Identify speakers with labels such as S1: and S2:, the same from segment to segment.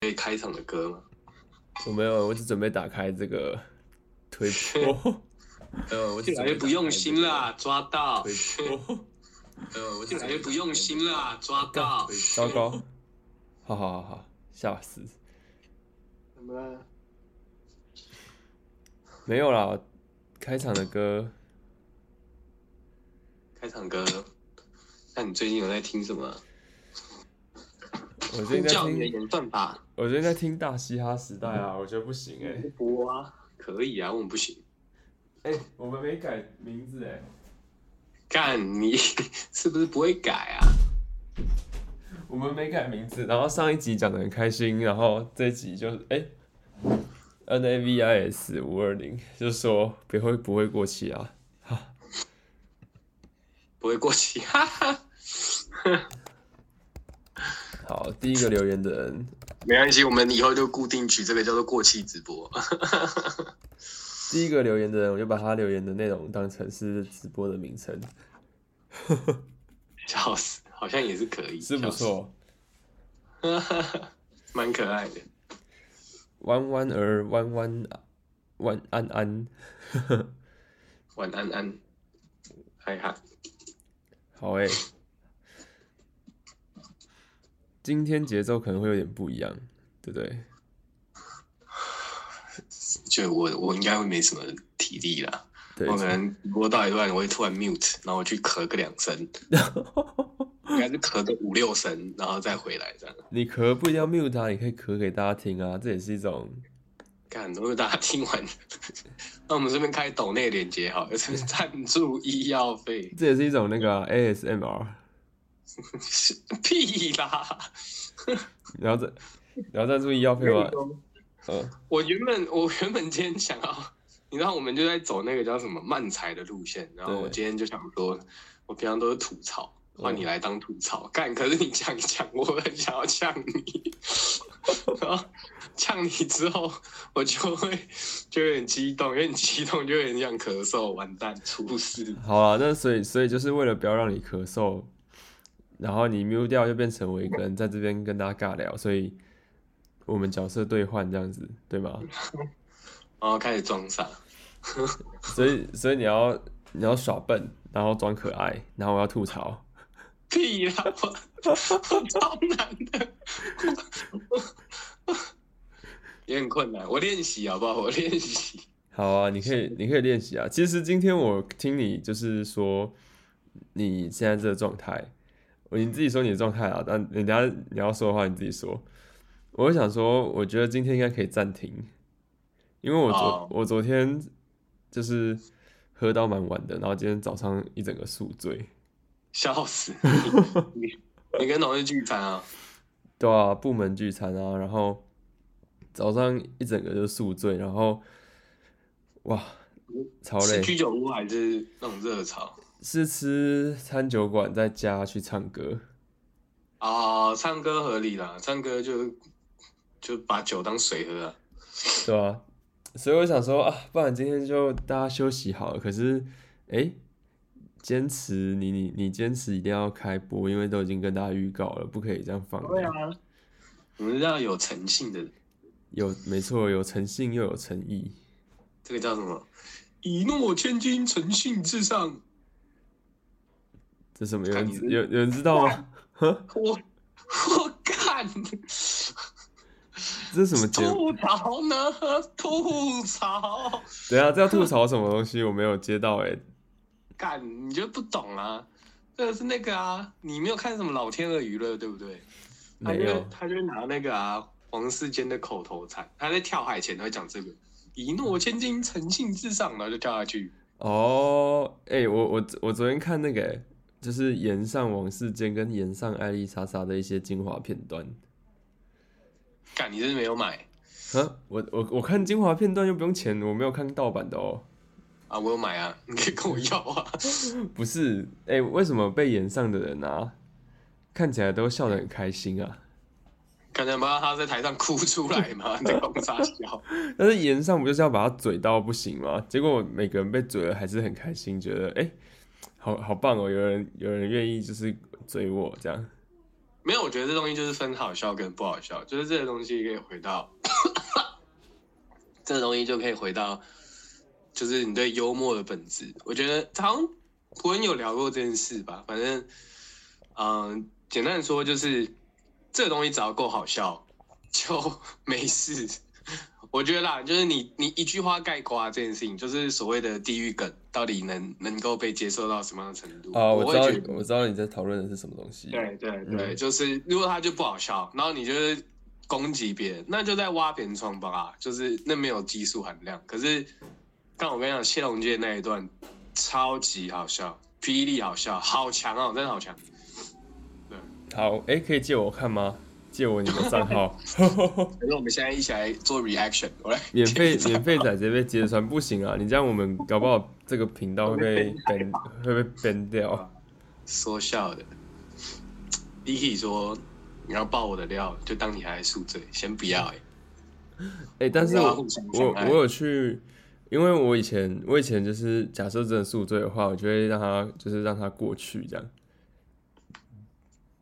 S1: 可以开场的歌吗？
S2: 我没有，我只准备打开这个推播。呃，我只
S1: 越来
S2: 准
S1: 越
S2: 备
S1: 不用心啦，抓
S2: 打
S1: 到
S2: 开！这个推播。
S1: 呃，我越来越不用心啦，抓到！
S2: 糟糕，好好好好，吓死！
S1: 怎么了？
S2: 没有啦，开场的歌
S1: 开场歌？那你最近有在听什么啊？
S2: 我最近在
S1: 教你的
S2: 听，
S1: 演算法。
S2: 我最近在听大嘻哈时代啊，我觉得不行哎、
S1: 播啊，可以啊，我们不行。
S2: 哎、我们没改名字哎、
S1: 干你 是不是不会改啊？
S2: 我们没改名字，然后上一集讲的很开心，然后这一集就是哎、n A V I S 五二零，就是说别会不会过期啊？
S1: 不会过期， 哈哈。
S2: 好，第一个留言的人，
S1: 没关系，我们以后就固定取这个叫做过期直播。
S2: 第一个留言的人，我就把他留言的内容当成是直播的名称，
S1: 笑死，好像也是可以，
S2: 是不错。
S1: 笑死，蛮可爱的。
S2: 弯弯儿，弯弯，弯安安。
S1: 晚安安，嗨嗨，
S2: 好欸诶、今天节奏可能会有点不一样，对不对？
S1: 就我我应该会没什么体力啦，
S2: 对，
S1: 我可能播到一半我会突然 mute，然后我去咳个两声，应该是咳个五六声，然后再回来这样。
S2: 你咳不一定要 mute 啊，你可以咳给大家听啊，这也是一种
S1: 看，如果大家听完， 那我们这边开抖内连接好了，是赞助医药费，
S2: 这也是一种那个啊 ASMR，
S1: 屁啦！
S2: 然后再然后再注意药费吗？啊嗯，
S1: 我原本我原本今天想要，你知道我们就在走那个叫什么慢才的路线，然后
S2: 对
S1: 我今天就想说，我平常都是吐槽，
S2: 嗯
S1: 换你来当吐槽干，可是你讲一讲，我很想要呛你， 然后呛你之后，我就会就有点激动，有点激动就有点想咳嗽，完蛋出事，
S2: 好啊，那所以所以就是为了不要让你咳嗽，然后你 mute 掉就变成我一个人在这边跟大家尬聊，所以我们角色兑换这样子，对吗？
S1: 然后开始装傻，
S2: 所以所以你要你要耍笨，然后装可爱，然后我要吐槽。
S1: 屁啦，我我超难的，也很困难，我练习好不好？我练习。
S2: 好啊，你可以，你可以练习啊。其实今天我听你就是说你现在这个状态，你自己说你的状态啊，但人家你要说的话你自己说。我想说，我觉得今天应该可以暂停，因为我昨、
S1: 哦
S2: 我昨天就是喝到蛮晚的，然后今天早上一整个宿醉。
S1: 笑死！你你跟同事聚餐啊？
S2: 对啊，部门聚餐啊，然后早上一整个就宿醉，然后哇，超累
S1: 是。居酒屋还是那种热炒？
S2: 是吃餐酒馆，在家去唱歌。
S1: 哦，唱歌合理啦，唱歌就就把酒当水喝啊。
S2: 对啊，所以我想说啊，不然今天就大家休息好了。可是，哎，坚持你你你坚持一定要开播，因为都已经跟大家预告了，不可以这样放。
S1: 对啊，我们是要有诚信的，
S2: 有没错，有诚信又有诚意。
S1: 这个叫什么？一诺千金，诚信至上。
S2: 这什么？有
S1: 看
S2: 人
S1: 你
S2: 知有有人知 道吗？
S1: 我我干，
S2: 这是什么节 目？
S1: 吐槽呢？吐槽，
S2: 等一下这要吐槽什么东西？我没有接到哎、诶
S1: 干你就不懂啊。这个是那个啊，你没有看什么老天鹅娱乐对不对？他
S2: 没
S1: 就
S2: 有。
S1: 他就拿那个啊王世坚的口头禅，他在跳海前都会讲这个“一诺千金，诚信至上”，然后就跳下去。
S2: 哦，哎、我我我昨天看那个、欸，就是岩上王世坚跟岩上艾丽莎莎的一些精华片段。
S1: 干，你真是没有买
S2: 啊，我我我看精华片段又不用钱，我没有看盗版的哦。
S1: 啊？我有买啊， 你可以跟我要啊。
S2: 不是，哎、为什么被岩上的人啊，看起来都笑得很开心啊？
S1: 看他妈他在台上哭出来嘛， 在公傻笑。
S2: 但是岩上不就是要把他嘴到不行吗？结果每个人被嘴了还是很开心，觉得哎、欸好好棒哦，有人有人愿意就是嘴我这样。
S1: 没有，我觉得这东西就是分好笑跟不好笑，就是这个东西可以回到，这个东西就可以回到，就是你对幽默的本质。我觉得好像伯恩有聊过这件事吧，反正，嗯、简单的说就是，这个东西只要够好笑就没事。我觉得啦，就是你你一句话概括啊这件事情，就是所谓的地狱梗，到底能能够被接受到什么样的程度？
S2: 啊，我
S1: 会
S2: 知
S1: 觉得
S2: 道，我知道你在讨论的是什么东西。
S1: 对对对，
S2: 嗯
S1: 就是如果他就不好笑，然后你就是攻击别人，那就在挖别人疮疤啊，就是那没有技术含量。可是，刚我跟你讲，谢龙介那一段超级好笑，霹雳好笑，好强哦，真的好强。
S2: 好，哎，可以借我看吗？借我你的 账号，
S1: 可是我们现在一起来做 reaction，我来
S2: 免费
S1: 介绍
S2: 免费仔直接被揭穿，不行啊！你这样我们搞不好这个频道会被 ban，会被 ban 掉。
S1: 说笑的。Dicky 说你要爆我的料，就当你还在宿醉，先不要哎、
S2: 哎，但是
S1: 不要
S2: 我
S1: 啊互相
S2: 我
S1: 伤害
S2: 我有去，因为我以前我以前就是假设真的宿醉的话，我就会让他就是让他过去这样。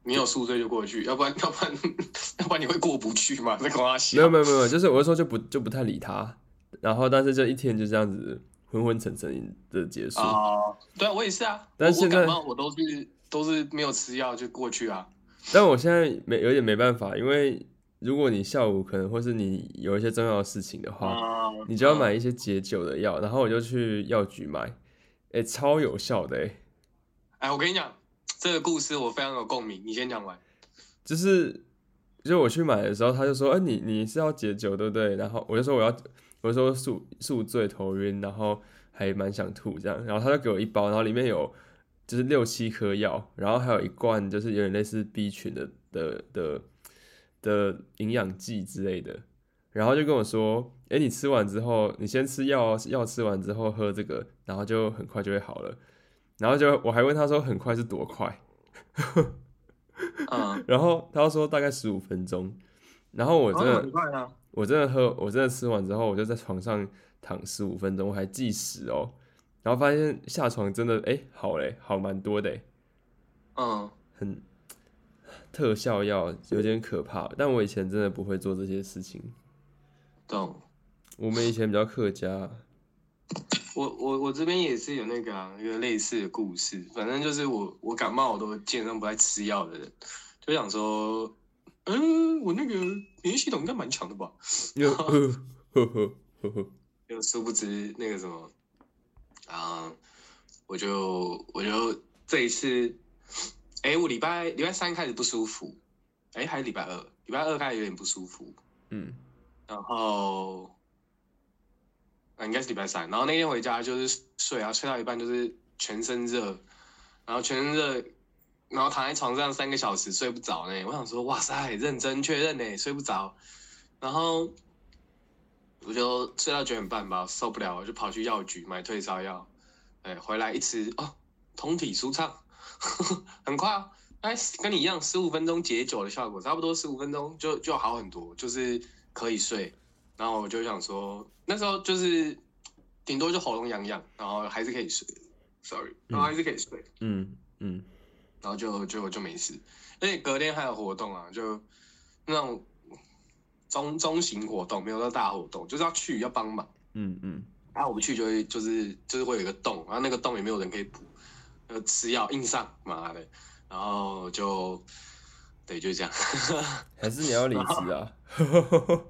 S1: 你有宿醉就过去，要不然要不然 要不然你会过不去嘛？在跟我
S2: 没
S1: 笑
S2: 有。没有没有，就是我那时候就不就不太理他，然后但是就一天就这样子昏昏沉沉的结束。
S1: 哦，对啊，我也是啊。
S2: 但
S1: 我
S2: 现在
S1: 我感冒我都是都是没有吃药就过去啊。
S2: 但我现在没有点没办法，因为如果你下午可能或是你有一些重要的事情的话，
S1: 啊，
S2: 你就要买一些解酒的药，然后我就去药局买，哎，超有效的哎，
S1: 哎，我跟你讲，这个故事我非常有共鸣。你先讲完。
S2: 就是就是我去买的时候，他就说，哎，你你是要解酒对不对？然后我就说我要，我就说宿宿醉头晕，然后还蛮想吐这样，然后他就给我一包，然后里面有就是六七颗药，然后还有一罐就是有点类似 B 群的的的的营养剂之类的，然后就跟我说，哎，你吃完之后，你先吃药哦，药吃完之后喝这个，然后就很快就会好了，然后就我还问他说很快是多快，
S1: 嗯，
S2: 然后他说大概十五分钟，然后 我真的、
S1: 很快啊。
S2: 我真的喝，我真的吃完之后，我就在床上躺十五分钟，我还计时哦，然后发现下床真的哎、诶好嘞，好蛮多的，欸诶
S1: 嗯，
S2: 很特效药有点可怕，但我以前真的不会做这些事情，
S1: 懂。
S2: 我们以前比较客家，
S1: 我我我这边也是有那个、啊、一个类似的故事，反正就是我我感冒我都基本上不爱吃药的人，就想说，嗯，我那个免疫系统应该蛮强的吧，
S2: 因为呵 呵呵呵呵，
S1: 就殊不知那个什么，啊、我就我就这一次，哎、我礼拜礼拜三开始不舒服，哎、还是礼拜二，礼拜二开始有点不舒服，
S2: 嗯，
S1: 然后，啊，应该是礼拜三。然后那天回家就是睡啊，睡到一半就是全身热，然后全身热，然后躺在床上三个小时睡不着呢。我想说，哇塞，认真确认呢，睡不着。然后我就睡到九点半吧，受不了，我就跑去药局买退烧药。哎，回来一吃，哦，通体舒畅， 很快啊。哎，跟你一样，十五分钟解酒的效果，差不多十五分钟就就好很多，就是可以睡。然后我就想说，那时候就是顶多就喉咙痒痒，然后还是可以睡，sorry，然后还是可以睡，
S2: 嗯嗯
S1: 然后就就就没事。而且隔天还有活动啊，就那种中中型活动，没有到大活动，就是要去要帮忙。
S2: 嗯嗯，
S1: 啊，我不去就会就是就是会有一个洞，然后那个洞也没有人可以补，呃，吃药硬上，妈的，然后就对，就这样，
S2: 还是你要离职啊？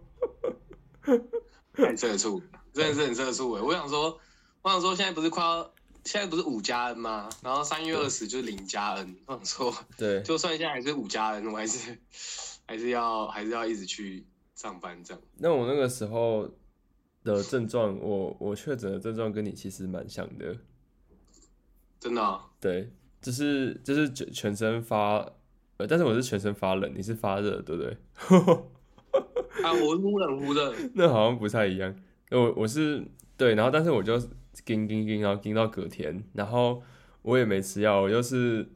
S1: 很社畜，真的是很社畜哎、我想说，我想说现在不是快要现在不是五加 N 吗？然后三月二十就是零加 N，我想说，
S2: 对，
S1: 就算现在还是五加 N，我还是还是要还是要一直去上班这样。
S2: 那我那个时候的症状，我我确诊的症状跟你其实蛮像的。
S1: 真的啊、
S2: 对，就是就是全全身发，呃，但是我是全身发冷，你是发热，对不 对？
S1: 啊，我忽冷忽热，
S2: 那好像不太一样。我我是对，然后但是我就叮叮叮，然后叮到隔天，然后我也没吃药，我就是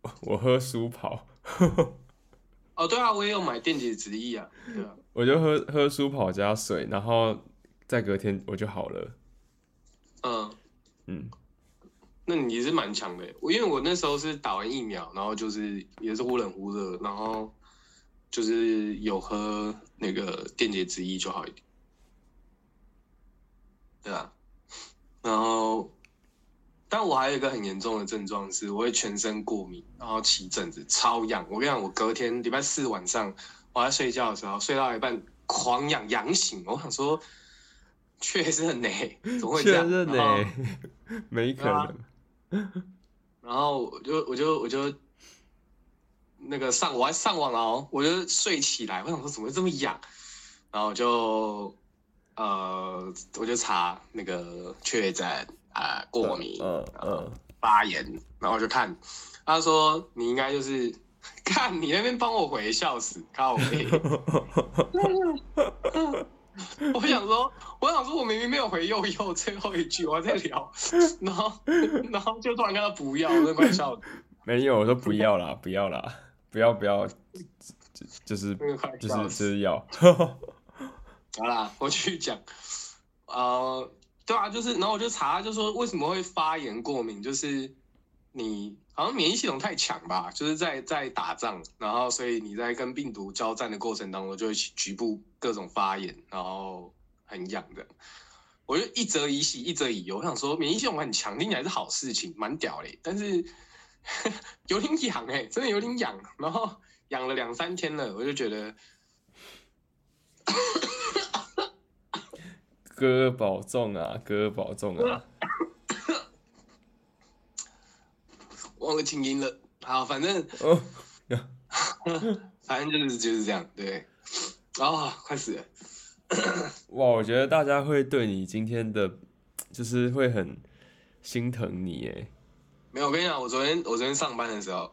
S2: 我我喝舒跑，
S1: 哦，对啊，我也有买电解质液啊，对啊，
S2: 我就喝喝舒跑加水，然后再隔天我就好了。
S1: 嗯，
S2: 嗯，
S1: 那你是蛮强的欸。我因为我那时候是打完疫苗，然后就是也是忽冷忽热，然后就是有喝那个电解质液就好一点。对啊，然后，但我还有一个很严重的症状是，我会全身过敏，然后起疹子，超痒。我跟你讲，我隔天礼拜四晚上我在睡觉的时候，睡到一半狂痒，痒醒。我想说，确认呢、怎么会这
S2: 确
S1: 样？
S2: 认呢、欸
S1: 然后
S2: 没可
S1: 对啊
S2: 能。
S1: 然后我就我就我就那个上我还上网了哦，我就睡起来，我想说怎么会这么痒，然后我就呃我就查那个确诊啊、过敏
S2: 嗯嗯，
S1: 发炎，然后我就看他说你应该就是 看你那边帮我回笑死，靠我
S2: 嗯
S1: 我想说，我想说，我明明没有回佑佑最后一句，我还在聊， 然后然后就突然看到不要，我真的快笑死，
S2: 没有，我说不要啦，不要啦，不要不要，就就是
S1: 真的快
S2: 就是
S1: 笑
S2: 就
S1: 死。
S2: 是 要，
S1: 好啦，我继续讲。呃，对啊，就是，然后我就查，就说为什么会发炎过敏，就是你好像免疫系统太强吧，就是在在打仗，然后所以你在跟病毒交战的过程当中，就会局部各种发炎，然后很痒的。我就一则以喜，一则以忧，我想说免疫系统很强，听起来是好事情，蛮屌嘞，但是 有点痒哎、真的有点痒，然后痒了两三天了，我就觉得。
S2: 哥保重啊，哥保重啊，
S1: 忘了静音了。好，反正
S2: 哦，
S1: 反正就是就是这样，对。啊、快死了！
S2: 哇，我觉得大家会对你今天的，就是会很心疼你耶。
S1: 没有，我跟你讲，我昨天我昨天上班的时候，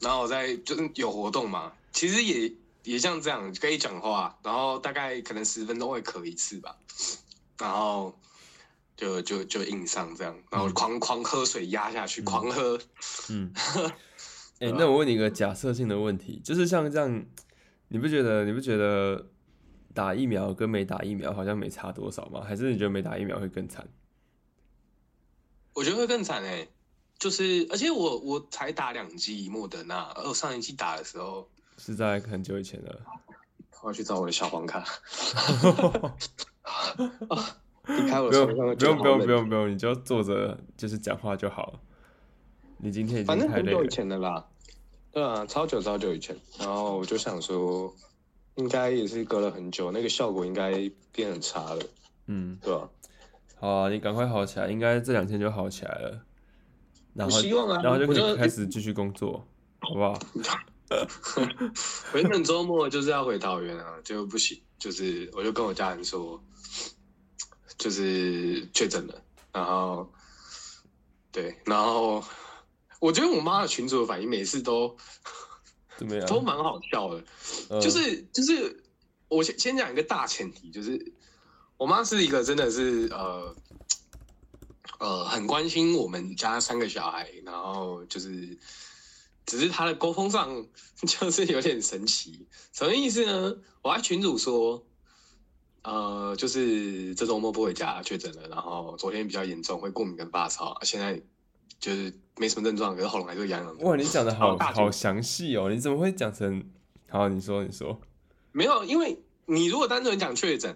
S1: 然后我在就是有活动嘛，其实也也像这样可以讲话，然后大概可能十分钟会咳一次吧，然后就就就硬上这样，然后狂狂喝水压下去，狂喝，
S2: 嗯，哎、那我问你一个假设性的问题，就是像这样，你不觉得你不觉得打疫苗跟没打疫苗好像没差多少吗？还是你觉得没打疫苗会更惨？
S1: 我觉得会更惨哎、就是而且我我才打两剂莫德纳，而我上一季打的时候，
S2: 是在很久以前的，
S1: 我要去找我的小黄 卡。你开我
S2: 不
S1: 的
S2: 用
S1: 手机上的
S2: 不用不用不用不用，你就坐着就是讲话就好了。你今天已
S1: 反
S2: 经
S1: 正
S2: 太
S1: 很
S2: 累
S1: 久以
S2: 了，
S1: 前的啦。对啊，超久超久以前。然后我就想说，应该也是隔了很久，那个效果应该变很差了，
S2: 嗯，
S1: 对吧、
S2: 好啊，你赶快好起来，应该这两天就好起来了。然
S1: 我
S2: 后
S1: 希望啊，
S2: 然后就
S1: 我
S2: 可
S1: 就
S2: 以开始继续工作，好不好？
S1: 原本周末就是要回桃园啊，就不行，就是我就跟我家人说，就是确诊了，然后对，然后我觉得我妈的群主的反应每次都
S2: 怎么样？
S1: 都蛮好笑的，
S2: 呃
S1: 就是就是，我先先讲一个大前提，就是我妈是一个真的是呃呃很关心我们家三个小孩，然后就是只是她的沟通上 就是有点神奇，什么意思呢？我在群主说。呃，就是这周末不回家确诊了，然后昨天比较严重，会过敏跟发烧，啊现在就是没什么症状，可是喉咙还是痒痒的。
S2: 哇，你讲的好
S1: 超大
S2: 好详细哦，你怎么会讲成？好，你说你说，
S1: 没有，因为你如果单纯讲确诊，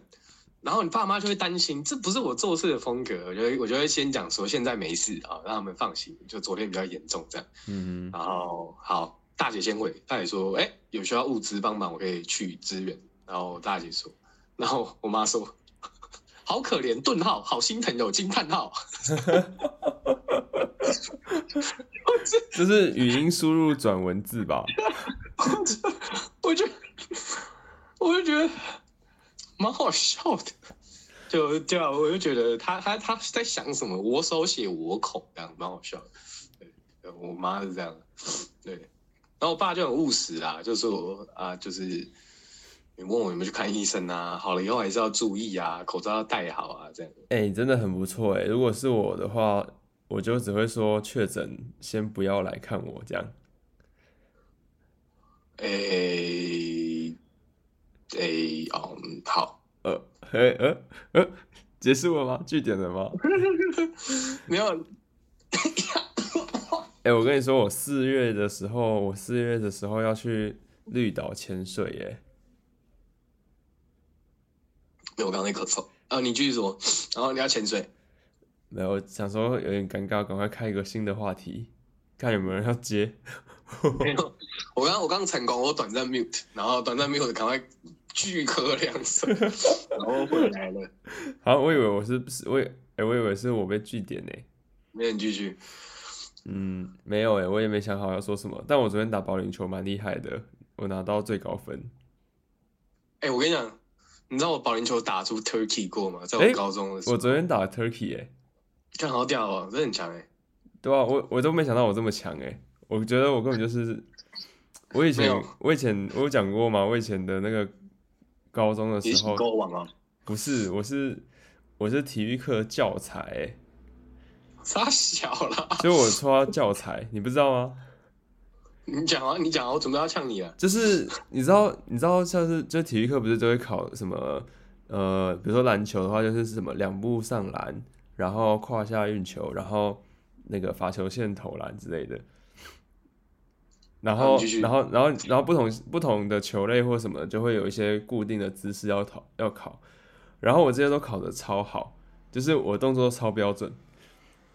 S1: 然后你爸妈就会担心，这不是我做事的风格。我就会我就会先讲说现在没事啊，让他们放心。就昨天比较严重这样，
S2: 嗯哼，
S1: 然后好，大姐先回，大姐说，哎、有需要物资帮忙，我可以去支援。然后大姐说，然后我妈说， 好可怜，顿号，好心疼有惊叹号。
S2: 就是语音输入转文字吧。
S1: 我就 我就觉得蛮好笑的，就对啊，我就觉得他他他在想什么，我手写我口这样，蛮好笑的。对，我妈是这样，对，然后我爸就很务实啦，就说啊，就是你问我有没有去看医生啊，好了以后还是要注意啊，口罩要戴好啊，这样。
S2: 哎、真的很不错哎。如果是我的话，我就只会说确诊，先不要来看我这样。
S1: 诶、诶、嗯，好，
S2: 呃，嘿，呃，呃，结束了吗？据点了吗？
S1: 没有，
S2: 哎、我跟你说，我四月的时候，我四月的时候要去绿岛潜水耶。
S1: 没有，我刚才咳嗽。啊，你继续说，然后你要潜水，
S2: 没有，我想说有点尴尬，赶快开一个新的话题，看有没有人要接。
S1: 没有， 我刚我刚成功，我短暂 mute，然后短暂 mute，赶快巨咳两 声，然后回来了。
S2: 好，我以为我是不是我以，哎、我以为是我被据点呢。
S1: 没人继续，
S2: 嗯，没有哎，我也没想好要说什么。但我昨天打保龄球蛮厉害的，我拿到最高分。
S1: 哎、我跟你讲，你知道我保龄球打出 turkey 过吗？在
S2: 哎
S1: 我高中的时候，
S2: 我昨天打 Turkey 哎，
S1: 看好屌哦，真的很强哎、
S2: 对啊，我我都没想到我这么强哎，我觉得我根本就是，我以
S1: 没
S2: 前
S1: 有
S2: 我以前我有讲过嘛，我以前的那个高中的
S1: 你
S2: 时
S1: 是
S2: 候
S1: 勾网啊？
S2: 不是，我是我是体育课教材欸，
S1: 傻小啦！
S2: 所以我抽到教材，你不知道吗？
S1: 你讲啊，你讲啊，我准备要呛你了。
S2: 就是你知道，你知道，像是就体育课不是都会考什么？呃，比如说篮球的话，就是什么两步上篮，然后胯下运球，然后那个罚球线投篮之类的。然
S1: 好
S2: 后
S1: 哦你继，续
S2: 然后，然后，然后不同不同的球类或什么，就会有一些固定的姿势要考要考。然后我这些都考得超好，就是我动作都超标准。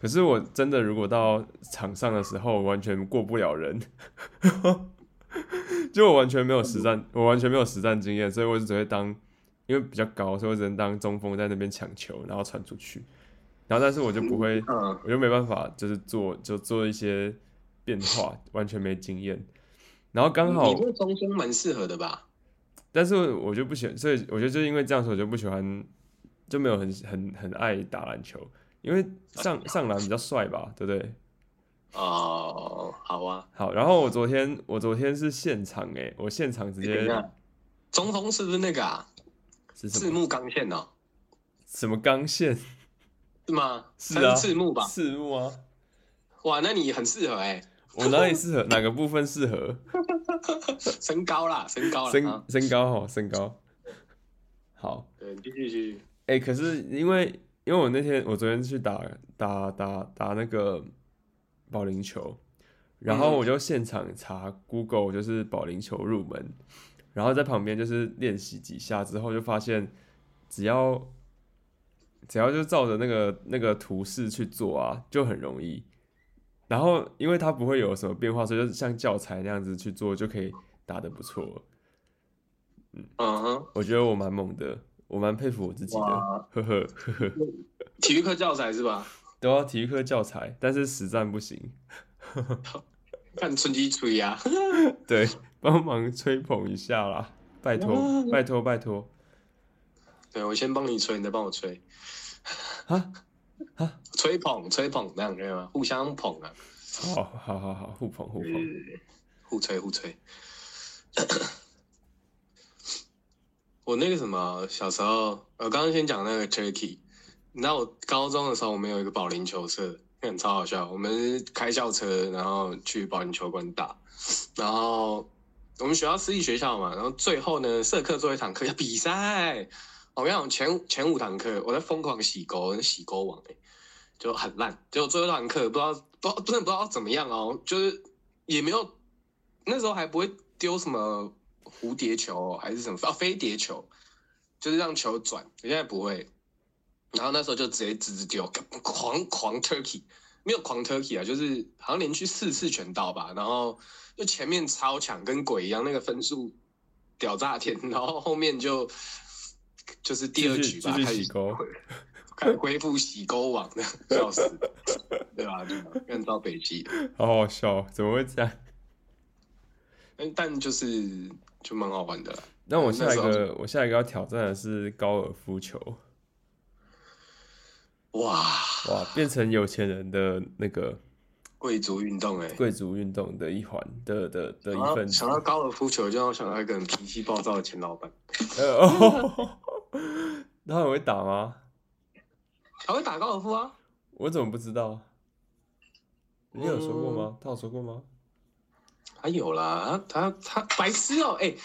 S2: 可是我真的如果到场上的时候，完全过不了人， 就我完全没有实战，我完全没有实战经验，所以我只会当，因为比较高，所以我只能当中锋在那边抢球，然后传出去，然后但是我就不会，
S1: 嗯，
S2: 我就没办法，就是做就做一些变化，完全没经验。然后刚好
S1: 你，这中锋蛮适合的吧？
S2: 但是我就不喜欢，所以我觉得就是因为这样，所以我就不喜欢，就没有很很很爱打篮球，因为上上篮比较帅吧，对不对？
S1: 哦，好啊。
S2: 好，然后我昨天我昨天是现场诶、我现场直
S1: 你等一
S2: 接
S1: 下，中锋是不是那个啊？
S2: 是什
S1: 赤
S2: 么
S1: 木刚宪哦？
S2: 什么钢线
S1: 是吗？
S2: 是
S1: 他
S2: 啊
S1: 赤木吧？
S2: 刺目啊？
S1: 哇，那你很适合哎、
S2: 我哪里适合？哪个部分适合？
S1: 身高啦，身高啦。
S2: 身
S1: 啊、
S2: 身高哈，身高。好，
S1: 对，继续继续。
S2: 哎、可是因为因为我那天我昨天去打打打打那个保龄球，然后
S1: 嗯
S2: 我就现场查 Google 就是保龄球入门，然后在旁边就是练习几下之后，就发现只要只要就照着那个那个图示去做啊，就很容易。然后因为它不会有什么变化，所以就像教材那样子去做就可以打得不错了。
S1: 嗯哼，
S2: 我觉得我蛮猛的，我蛮佩服我自己的，
S1: 哇
S2: 呵呵呵呵。
S1: 体育课教材是吧？
S2: 都要体育课教材，但是实战不行。
S1: 看春季吹呀、啊。
S2: 对，帮忙吹捧一下啦，拜托，拜托，拜托
S1: 对，我先帮你吹，你再帮我吹。
S2: 啊！
S1: 吹捧，吹捧，这样对吗？互相捧啊，
S2: 好，哦好，好，好，互捧，互捧。
S1: 嗯互吹互吹。 我那个什么，小时候，我刚刚先讲那个 Turkey，你知道我高中的时候，我们有一个保龄球社，很超好笑。我们开校车，然后去保龄球馆打，然后我们学校私立学校嘛，然后最后呢，社课做一堂课要比赛。我跟你讲，前前五堂课我在疯狂洗钩，洗钩网、欸、就很烂。结果最后一堂课不知道不知道真的不知道怎么样哦，就是也没有那时候还不会丢什么蝴蝶球还是什么啊飞碟球，就是让球转，现在不会。然后那时候就直接直直丢，狂狂 turkey，没有狂 turkey 啊，就是好像连续四次全到吧，然后就前面超强，跟鬼一样，那个分数屌炸天，然后后面就就是第二
S2: 继
S1: 局
S2: 续，继
S1: 吧，
S2: 续
S1: 开始
S2: 洗钩。
S1: 开始恢复洗钩网的，笑死，对吧、对吧？更到北极，
S2: 好好笑，怎么会这样？
S1: 但但就是就蛮好玩的啦。
S2: 那我下一
S1: 那时
S2: 个，我下一个要挑战的是高尔夫球，
S1: 哇，
S2: 哇，变成有钱人的那个
S1: 贵族运动哎、欸。
S2: 贵族运动的一环的的的
S1: 想
S2: 一
S1: 到
S2: 份子
S1: 想。到高尔夫球，就让我想到一个很脾气暴躁的前老板。
S2: 呃哦， 他很会打吗？
S1: 他会打高尔夫啊？
S2: 我怎么不知道？你有说过
S1: 嗯
S2: 吗？他有说过吗？
S1: 他有啦，他他他白痴哦、哎、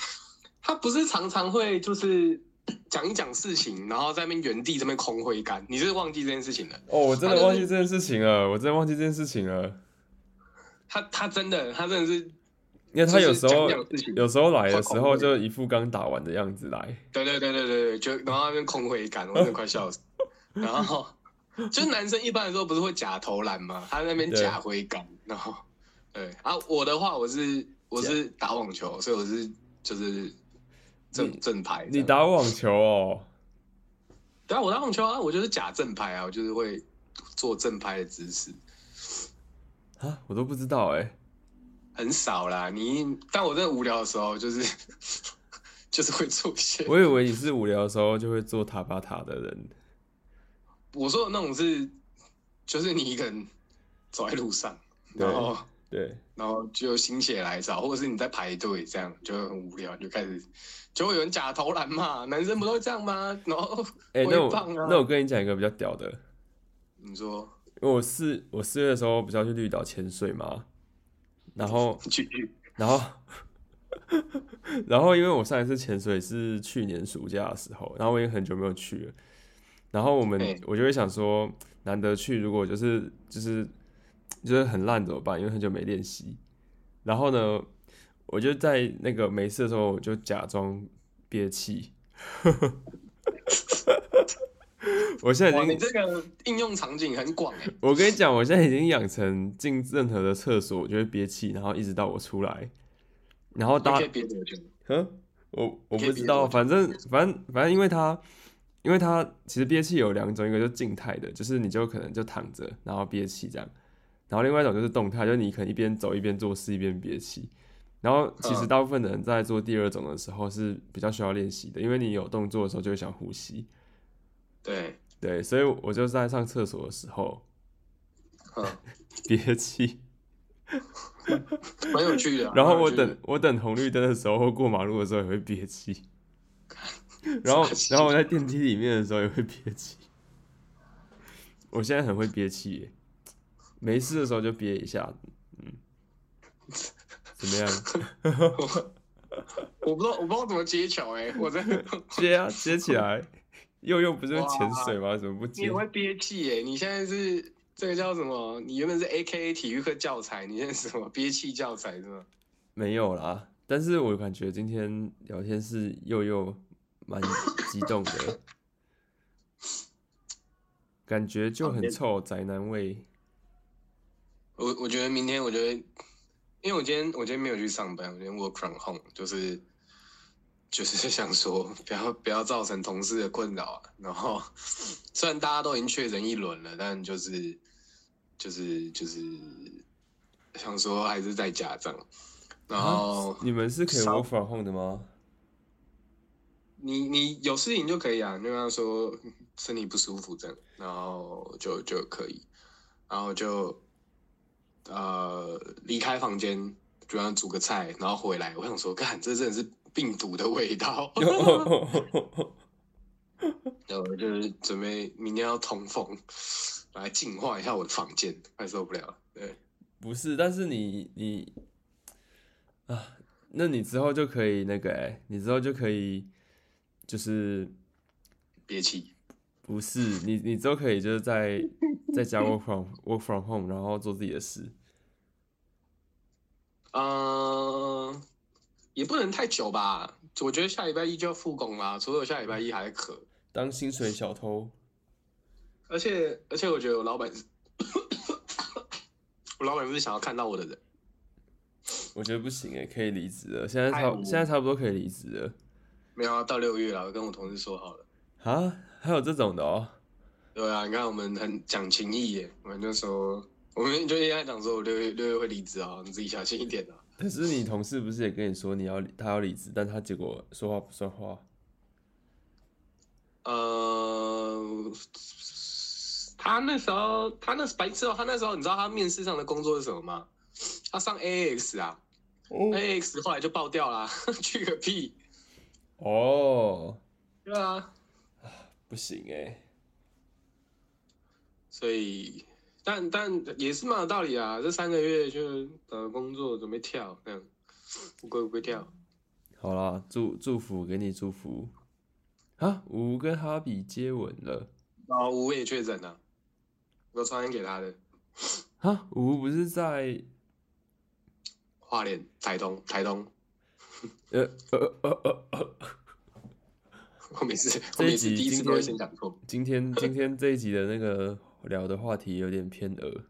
S1: 他不是常常会就是 讲一讲事情，然后在那边原地这边空挥杆，你是忘记这件事情了。
S2: 哦，我真
S1: 他就
S2: 的
S1: 是
S2: 忘记这件事情了，我真的忘记这件事情了。
S1: 他他真的他真的是，
S2: 因为他有时候
S1: 就是讲讲事情
S2: 有时候来的时
S1: 快
S2: 候
S1: 狂
S2: 就一副刚打完的样子来，
S1: 对对对对对对，就然后那边空挥杆，我
S2: 哦
S1: 真的快笑死。然后 就是男生一般来说不是会假投篮吗？他在那边
S2: 对
S1: 假挥杆，然后对啊，我的话我是我是打网球，所以我是就是正正牌这样。
S2: 你打网球哦，
S1: 对啊，我打网球啊，我就是假正拍啊，我就是会做正拍的姿势，
S2: 啊，我都不知道哎、
S1: 很少啦。你，但我真的无聊的时候，就是 就是会做一些。
S2: 我以为你是无聊的时候就会做塔巴塔的人，
S1: 我说的那种是，就是你一个人走在路上，
S2: 对
S1: 然后
S2: 对，
S1: 然后就心血来潮，或者是你在排队，这样就很无聊，就开始就会有人假投篮嘛，男生不都会这样吗？然后
S2: 哎、
S1: 我
S2: 那
S1: 也
S2: 我、
S1: 棒啊
S2: 那我跟你讲一个比较屌的，
S1: 你说
S2: 因为我四我四月的时候不是要去绿岛潜水嘛，然后
S1: 去去
S2: 然后然后因为我上一次潜水是去年暑假的时候，然后我已经很久没有去了，然后我们
S1: 对
S2: 我就会想说，难得去，如果就是就是就是很烂怎么办？因为很久没练习。然后呢，我就在那个没事的时候，我就假装憋气。 我现在
S1: 哇，
S2: 已
S1: 你
S2: 经，
S1: 这个应用场景很广哎、
S2: 我跟你讲，我现在已经养成进任何的厕所，我就会憋气，然后一直到我出来，然后
S1: 你
S2: 大
S1: 可以别的去。
S2: 嗯，我我
S1: 你可以
S2: 不知
S1: 憋多
S2: 道，
S1: 久
S2: 反正反正反正，因为它因为它其实憋气有两种，一个就静态的，就是你就可能就躺着然后憋气这样，然后另外一种就是动态，就是你可能一边走一边做事一边憋气。然后其实
S1: 嗯
S2: 大部分的人在做第二种的时候是比较需要练习的，因为你有动作的时候就会想呼吸。
S1: 对，
S2: 对，所以我就在上厕所的时候
S1: 嗯，
S2: 憋气，
S1: 蛮有趣的啊、
S2: 然后
S1: 蛮有
S2: 我
S1: 趣的
S2: 等我等红绿灯的时候或过马路的时候也会憋气，然后
S1: 傻气
S2: 然后我在电梯里面的时候也会憋气。 我现在很会憋气耶，没事的时候就憋一下，嗯，怎么样？
S1: 我不知道，我不知道怎么接球哎、我真 的，
S2: 接啊，接起来。佑佑不是会潜水吗？怎么不
S1: 你
S2: 接
S1: 也？会憋气哎、你现在是这个叫什么？你原本是 A K A 体育课教材，你现在是什么憋气教材是吗？
S2: 没有啦，但是我感觉今天聊天是佑佑蛮激动的，感觉就很臭宅男味。
S1: 我我觉得明天，我觉得，因为我今天我今天没有去上班，我今天 work from home，就是就是 想说不要不要造成同事的困扰啊。然后虽然大家都已经确诊一轮了，但就是就是就是想说还是在家这样。然后、
S2: 啊你们是可以
S1: 少
S2: work from home 的吗？
S1: 你你有事情就可以啊，你就跟他说身体不舒服这样，然后就就可以，然后就呃离开房间，就让他煮个菜，然后回来。我想说，看这真的是病毒的味道，然后就是准备明天要通风，来净化一下我的房间，快受不了了。对，
S2: 不是，但是你你啊，那你之后就可以那个哎、你之后就可以就是
S1: 憋气。
S2: 不是你你之后可以就是在在家 work from work from home，然后做自己的事。
S1: 嗯、呃也不能太久吧，我觉得下礼拜一就要复工啦，除非我下礼拜一还可。
S2: 当薪水小偷，
S1: 而且而且，我觉得我老板是，我老板是想要看到我的人。
S2: 我觉得不行哎、可以离职了。现在差
S1: 哎我
S2: 现在差不多可以离职了
S1: 没有啊，到六月了，我跟我同事说好了。
S2: 啊？还有这种的哦、
S1: 对啊，你看我们很讲情义耶，我们就说，我们就现在讲说，我六月六月会离职啊，你自己小心一点啊。
S2: 可是你同事不是也跟你说你要他要离职，但他结果说话不算话。
S1: 呃，他那时候，他那白痴哦，他那时候，你知道他面试上的工作是什么吗？他上 AX 啊、a x 后来就爆掉啦， 去个屁！
S2: 哦，
S1: 对啊，
S2: 不行哎、
S1: 所以，但但也是蛮有道理啊。这三个月就找工作，准备跳，这
S2: 嗯
S1: 样乌龟乌龟跳。
S2: 好啦，祝祝福给你祝福。啊，吴跟哈比接吻了
S1: 啊，吴也确诊了，我传染给他的。
S2: 啊？吴不是在
S1: 花莲、台东、台东，
S2: 呃呃呃呃呃，
S1: 我每次我
S2: 这一
S1: 每次
S2: 集
S1: 第一次
S2: 今
S1: 都会
S2: 天
S1: 先讲错。
S2: 今天 今天这一集的那个聊的话题有点偏鹅，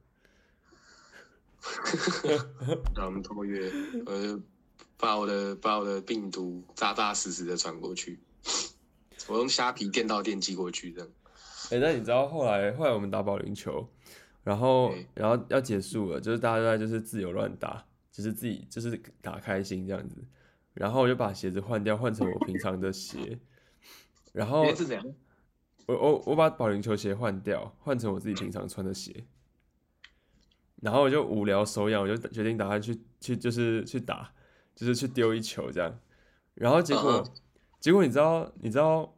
S1: 然后我们通过约，我就把我的把我的病毒扎扎实实的传过去，我用虾皮电到电寄过去这样。
S2: 哎、那你知道后来后来我们打保龄球，然后
S1: 对
S2: 然后要结束了，就是大家都在就是自由乱打，就是自己就是打开心这样子，然后我就把鞋子换掉，换成我平常的鞋，然后
S1: 哎是怎样？
S2: 我我我把保龄球鞋换掉，换成我自己平常穿的鞋。然后我就无聊手痒，我就决定打算去去就是去打，就是去丢一球这样。然后结果
S1: 嗯嗯
S2: 结果你知道你知道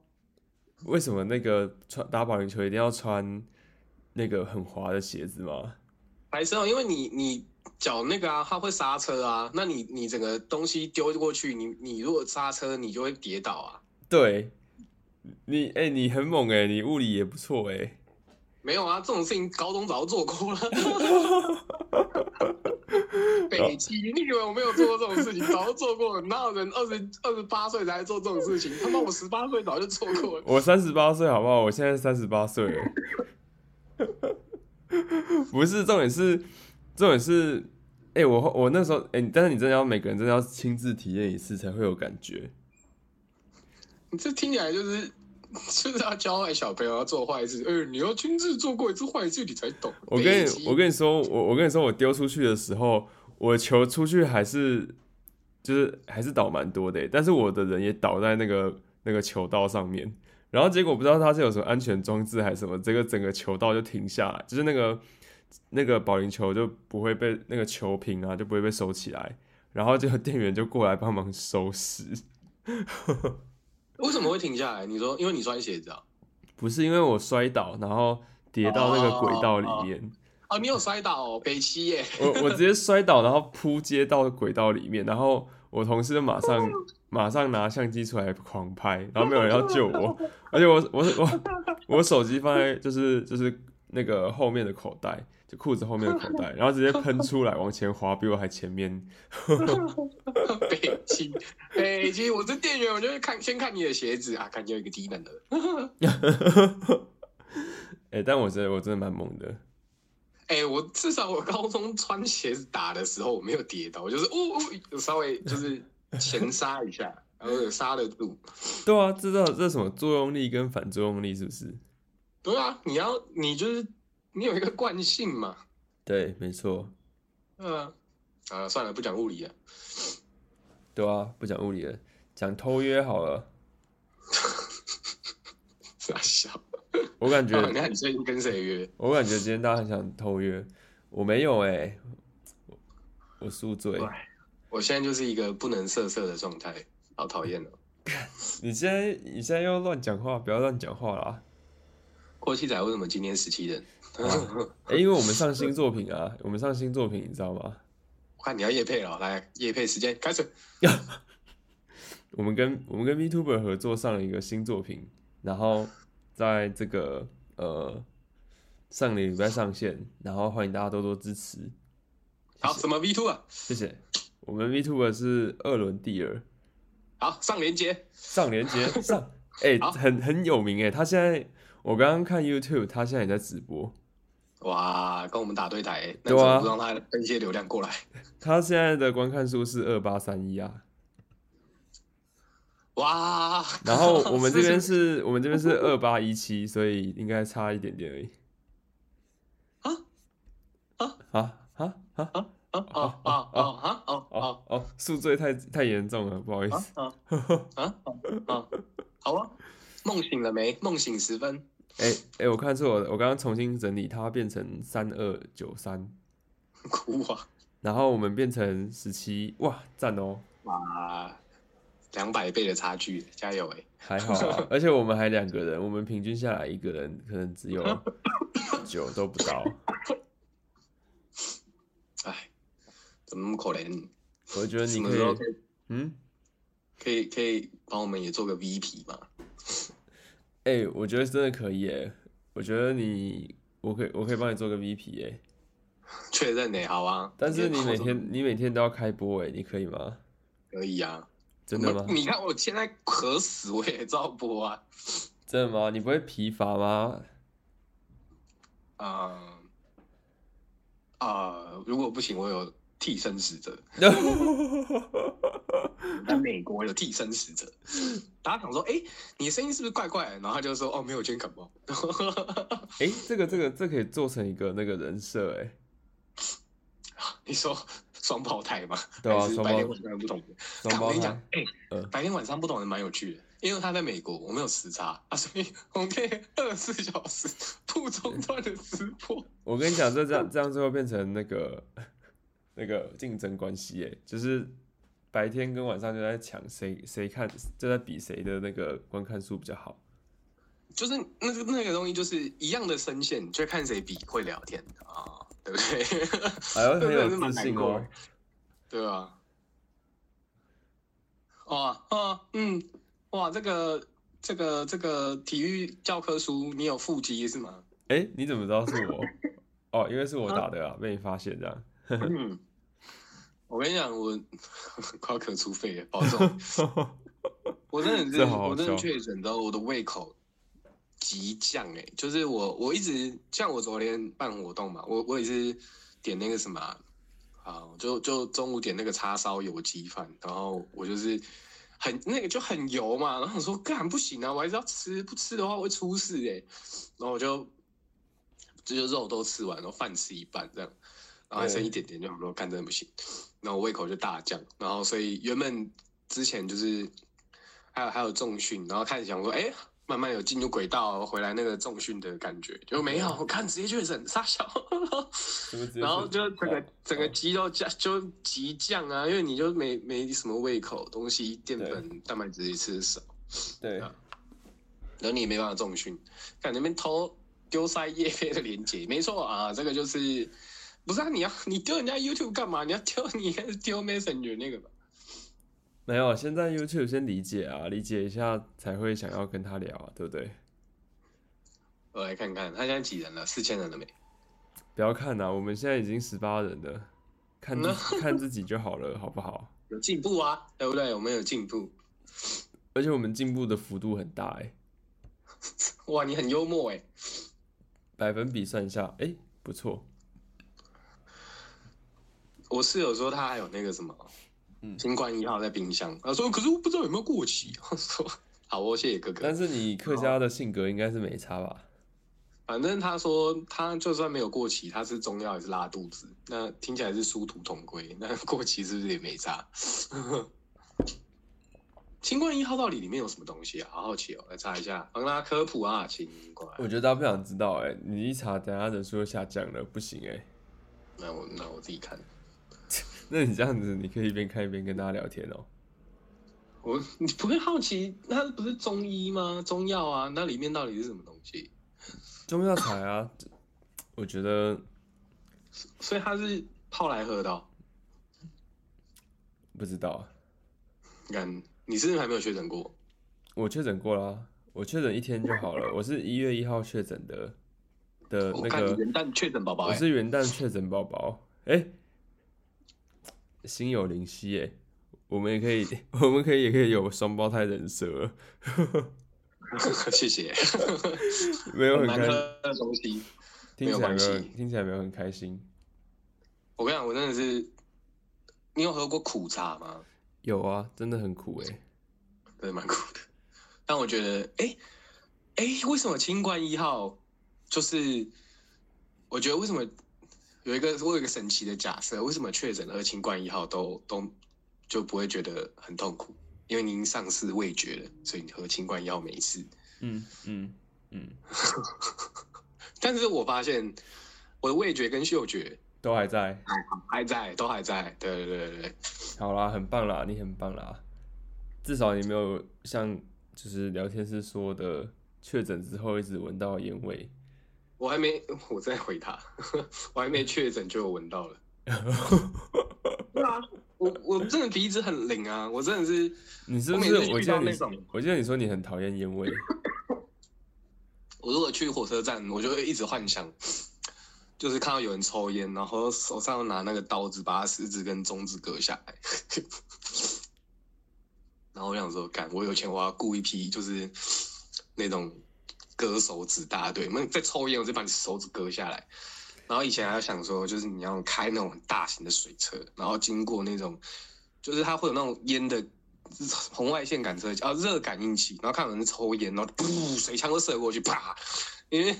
S2: 为什么那个穿打保龄球一定要穿那个很滑的鞋子吗？
S1: 还是哦，因为你你脚那个啊，它会刹车啊，那你你整个东西丢过去，你你如果刹车，你就会跌倒啊。
S2: 对，你哎、你很猛哎、你物理也不错哎、
S1: 没有啊，这种事情高中早就做过了。北极，你以为我没有做过这种事情？早就做过了，哪有人二十二十八岁才做这种事情？他妈，我十八岁早就做过了。
S2: 我三十八岁，好不好？我现在三十八岁了。 不是，重点是，重点是，哎、我我那时候，哎、但是你真的要每个人真的要亲自体验一次才会有感觉。
S1: 你这听起来就是就是要教坏小朋友要做坏事，呃，你要亲自做过一次坏事，你才懂。
S2: 我跟
S1: 北
S2: 你
S1: 极
S2: 我跟你说，我我跟你说，我丢出去的时候，我球出去还是就是还是倒蛮多的耶，欸但是我的人也倒在那个那个球道上面，然后结果不知道它是有什么安全装置还是什么，这个整个球道就停下来，就是那个那个保龄球就不会被那个球瓶啊就不会被收起来，然后就店员就过来帮忙收拾。
S1: 为什么会停下来？你说，因为你穿鞋子啊？
S2: 不是因为我摔倒，然后跌到那个轨道里面。
S1: 哦，你有摔倒哦，北七耶！
S2: 我我直接摔倒，然后扑街到轨道里面，然后我同事就马上马上拿相机出来狂拍，然后没有人要救我，而且我我我我手机放在就是就是那个后面的口袋，就裤子后面的口袋，然后直接喷出来往前滑，比我还前面。
S1: 北极，北极，我是店员，我就会看先看你的鞋子啊，感觉有一个低能的。
S2: 哎、但我真的我真的蛮猛的，
S1: 哎、我至少我高中穿鞋子打的时候，我没有跌倒，我就是哦哦，有稍微就是前刹一下，然后有刹得住。
S2: 对啊，知道这是什么作用力跟反作用力是不是？
S1: 对啊，你要你就是你有一个惯性嘛，
S2: 对，没错，
S1: 对啊。啊，算了，不讲物理了。
S2: 对啊，不讲物理了，讲偷约好了。
S1: 傻笑。
S2: 我感觉
S1: 啊那你最近跟谁约？
S2: 我感觉今天大家很想偷约，我没有哎、我我宿醉。
S1: 我现在就是一个不能色色的状态，好讨厌哦。
S2: 你现在你现在又乱讲话，不要乱讲话啦！
S1: 过气仔为什么今天十七人？
S2: 哎、因为我们上新作品啊，我们上新作品，你知道吗？
S1: 看你要夜配了，来夜配时间开始。
S2: 我们跟我们跟 VTuber 合作上了一个新作品，然后在这个呃上个礼拜上线，然后欢迎大家多多支持，
S1: 好，什么 V two 啊？
S2: 谢谢。我们 VTuber 是二轮第二，
S1: 好，上连接。
S2: 上 连接上，哎、
S1: 好
S2: 很很有名哎、他现在我刚刚看 YouTube，他现在也在直播。
S1: 哇，跟我们打对台、欸，那
S2: 对啊
S1: 怎么不让他分一些流量过来？
S2: 他现在的观看数是二八三一啊，
S1: 哇，
S2: 然后我们这边是我们这边是二八一七，所以应该差一点点而已。
S1: 啊啊
S2: 啊啊啊啊
S1: 啊啊啊啊啊啊啊
S2: 哦哦，宿醉太太严重了，不好意
S1: 啊
S2: 思。
S1: 啊啊啊！好啊，梦醒了没？梦醒时分。
S2: 哎哎、我看错了，我刚刚重新整理，它变成三二九三，
S1: 哭啊！
S2: 然后我们变成十七，哇，赞哦，
S1: 哇，两百倍的差距，加油哎、
S2: 还好 啊，而且我们还两个人，我们平均下来一个人可 能只有九都不到。
S1: 哎，怎么那么可怜？
S2: 我觉得
S1: 什
S2: 你
S1: 么
S2: 可
S1: 时候
S2: 以
S1: 可，以
S2: 嗯，
S1: 可以可以帮我们也做个 VP 吗？
S2: 哎、我觉得真的可以哎、我觉得你，我可以，我可以帮你做个 VP 哎、
S1: 确认呢，好啊。
S2: 但是你每
S1: 我
S2: 天你每天都要开播哎、你可以吗？
S1: 可以啊？
S2: 真的吗
S1: 我？你看我现在渴死，我也照播啊。
S2: 真的吗？你不会疲 乏吗？
S1: 啊、啊、如果不行，我有替身使者，在美国有替身使者。大家想说，哎、你的声音是不是怪怪的？然后他就说，哦，没有，我今天感冒。
S2: 哎、这个这个这可以做成一个那个人设哎、
S1: 你说双胞胎吗？
S2: 对啊
S1: 还是
S2: 双胞
S1: 白天晚上不懂。
S2: 双
S1: 干我
S2: 胞
S1: 跟你讲
S2: 胎，
S1: 哎、
S2: 嗯
S1: 白天晚上不懂人蛮有趣的，因为他在美国，我们有时差啊，所以我们可以二十四小时 不中断的直播。
S2: 我跟你讲，这这样这样最后变成那个那个竞争关系哎、就是白天跟晚上就在抢谁谁看就在比谁的那个观看数比较好。
S1: 就是那个那个东西，就是一样的声线，就看谁比会聊天啊、对不对？
S2: 哎呦，
S1: 这真
S2: 很
S1: 的
S2: 有
S1: 是蛮
S2: 自信
S1: 难过
S2: 哦
S1: 的。对啊。哦哦嗯，哇，这个这个这个体育教科书，你有腹肌是吗？
S2: 哎、你怎么知道是我？哦，因为是我打的啊，被你发现这样。
S1: 嗯，我跟你讲，我 快要咳出肺了，保重。我真的是，
S2: 这好好
S1: 我真的
S2: 笑
S1: 确诊之后，我的胃口急降哎、就是我我一直像我昨天办活动嘛，我我也是点那个什么啊，啊就就中午点那个叉烧油鸡饭，然后我就是很那个就很油嘛，然后我说干不行啊，我还是要吃，不吃的话会出事哎、然后我就这就肉都吃完，然后饭吃一半这样，然后还剩一点点，就想说干真的不行，然后我胃口就大降，然后所以原本之前就是还有还有重训，然后开始想说，哎、慢慢有进入轨道，回来那个重训的感觉就没有，我看直接确诊，傻笑，
S2: 怎么直接
S1: 然后
S2: 是
S1: 就整个
S2: 哦
S1: 整个肌肉降就急降啊，因为你就没没什么胃口，东西淀粉蛋白质也吃得少，
S2: 对，
S1: 啊然后你也没办法重训，看那边偷丢塞叶片的连接，没错啊，这个就是不是啊？你要你丢人家 YouTube 干嘛？你要丢你应该是丢 Messenger 那个吧？
S2: 没有，现在 YouTube 先理解啊，理解一下才会想要跟他聊啊，对不对？
S1: 我来看看，他现在几人了？四千人了没？
S2: 不要看呐、啊我们现在已经十八人了，看自
S1: 那
S2: 己看自己就好了，好不好？
S1: 有进步啊，对不对？我们有进步。
S2: 而且我们进步的幅度很大哎、
S1: 哇，你很幽默哎、
S2: 百分比算一下，哎、不错，
S1: 我室友说他还有那个什么，
S2: 嗯
S1: 新冠一号在冰箱，他说可是我不知道有没有过期。 我说好哦，谢谢哥哥
S2: 但。是你客家的性格应该是没差吧？
S1: 反正他说他就算没有过期，他吃中药也是拉肚子，那听起来是殊途同归。那过期是不是也没差？ 新冠一号到底里面有什么东西啊？好好奇哦，来查一下，帮大家科普啊，新冠。
S2: 我觉得大家不想知道哎、你一查，等下人数又下降了，不行哎、
S1: 那我那我自己看，
S2: 那你这样子，你可以一边看一边跟大家聊天哦、
S1: 我 你不会好奇那不是中医吗？中药啊，那里面到底是什么东西？
S2: 中药材啊， 我觉得
S1: 所以它是泡来喝的、哦。
S2: 不知道，啊
S1: 你看，你是不是还没有确诊过？
S2: 我确诊过啦，我确诊一天就好了，我是一月一号确诊的的
S1: 我
S2: 呃那
S1: 看你
S2: 个，
S1: 元旦确诊宝宝
S2: 我
S1: 哎，
S2: 是元旦确诊宝宝，哎、心有灵犀哎、我们也可以， 我们可以也可以有双胞胎人设了，
S1: 谢谢。
S2: 没有很
S1: 难
S2: 开
S1: 喝，的东西，
S2: 听起来
S1: 哦没有关
S2: 没有
S1: 系
S2: 听起来没有很开心，
S1: 我跟你讲，我真的是，你有喝过苦茶吗？
S2: 有啊，真的很苦哎、
S1: 真的蛮苦的。但我觉得，哎、哎、为什么清冠一号就是？我觉得为什么有一个我有一个神奇的假设，为什么确诊和清冠一号都都就不会觉得很痛苦？因为您丧失味觉了，所以你喝清冠一号没事。
S2: 嗯嗯嗯，
S1: 但是我发现我的味觉跟嗅觉
S2: 都还在，
S1: 还在，都还在。对对对对对，
S2: 好啦，很棒啦，你很棒啦，至少你没有像就是聊天室说的确诊之后一直闻到烟味。
S1: 我还没，我在回他， 我还没确诊就有闻到了。对啊，我我真的鼻子很灵啊，我真的是
S2: 你是不
S1: 我每
S2: 是
S1: 次？
S2: 我
S1: 遇
S2: 记得
S1: 到
S2: 你
S1: 那，种
S2: 我记得你说你很讨厌烟味，
S1: 我如果去火车站，我就会一直幻想，就是看到有人抽烟，然后手上拿那个刀子把他食指跟中指割下来。 然后我想说，干，我有钱我要雇一批就是那种割手指大队，那在抽烟我就把你手指割下来。然后以前还有想说，就是你要开那种很大型的水车，然后经过那种，就是它会有那种烟的红外线感测器啊，热感应器，然后看有人抽烟，然后噗，水枪都射过去，啪，因为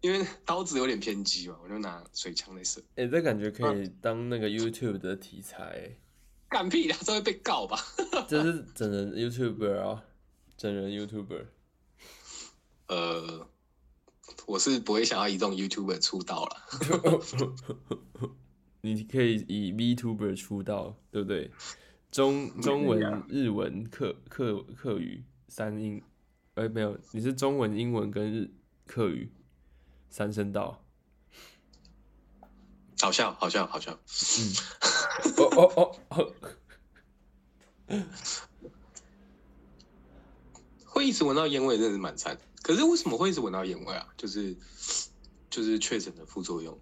S1: 因为刀子有点偏激嘛，我就拿水枪来射。
S2: 哎、这感觉可以当那个 YouTube 的题材、欸，
S1: 干屁啦，这会被告吧？
S2: 这是整人 YouTuber 啊，整人 YouTuber。
S1: 呃，我是不会想要以这种 YouTuber 出道了。
S2: 你可以以 VTuber 出道，对不对？中中文、日文、客客客语三英，哎、没有，你是中文、英文跟日客语三声道。
S1: 好笑，好笑，好笑！
S2: 哦哦哦哦，
S1: 会一直闻到烟味，真的是蛮惨。可是为什么会一直闻到烟味啊？就是就是确诊的副作用，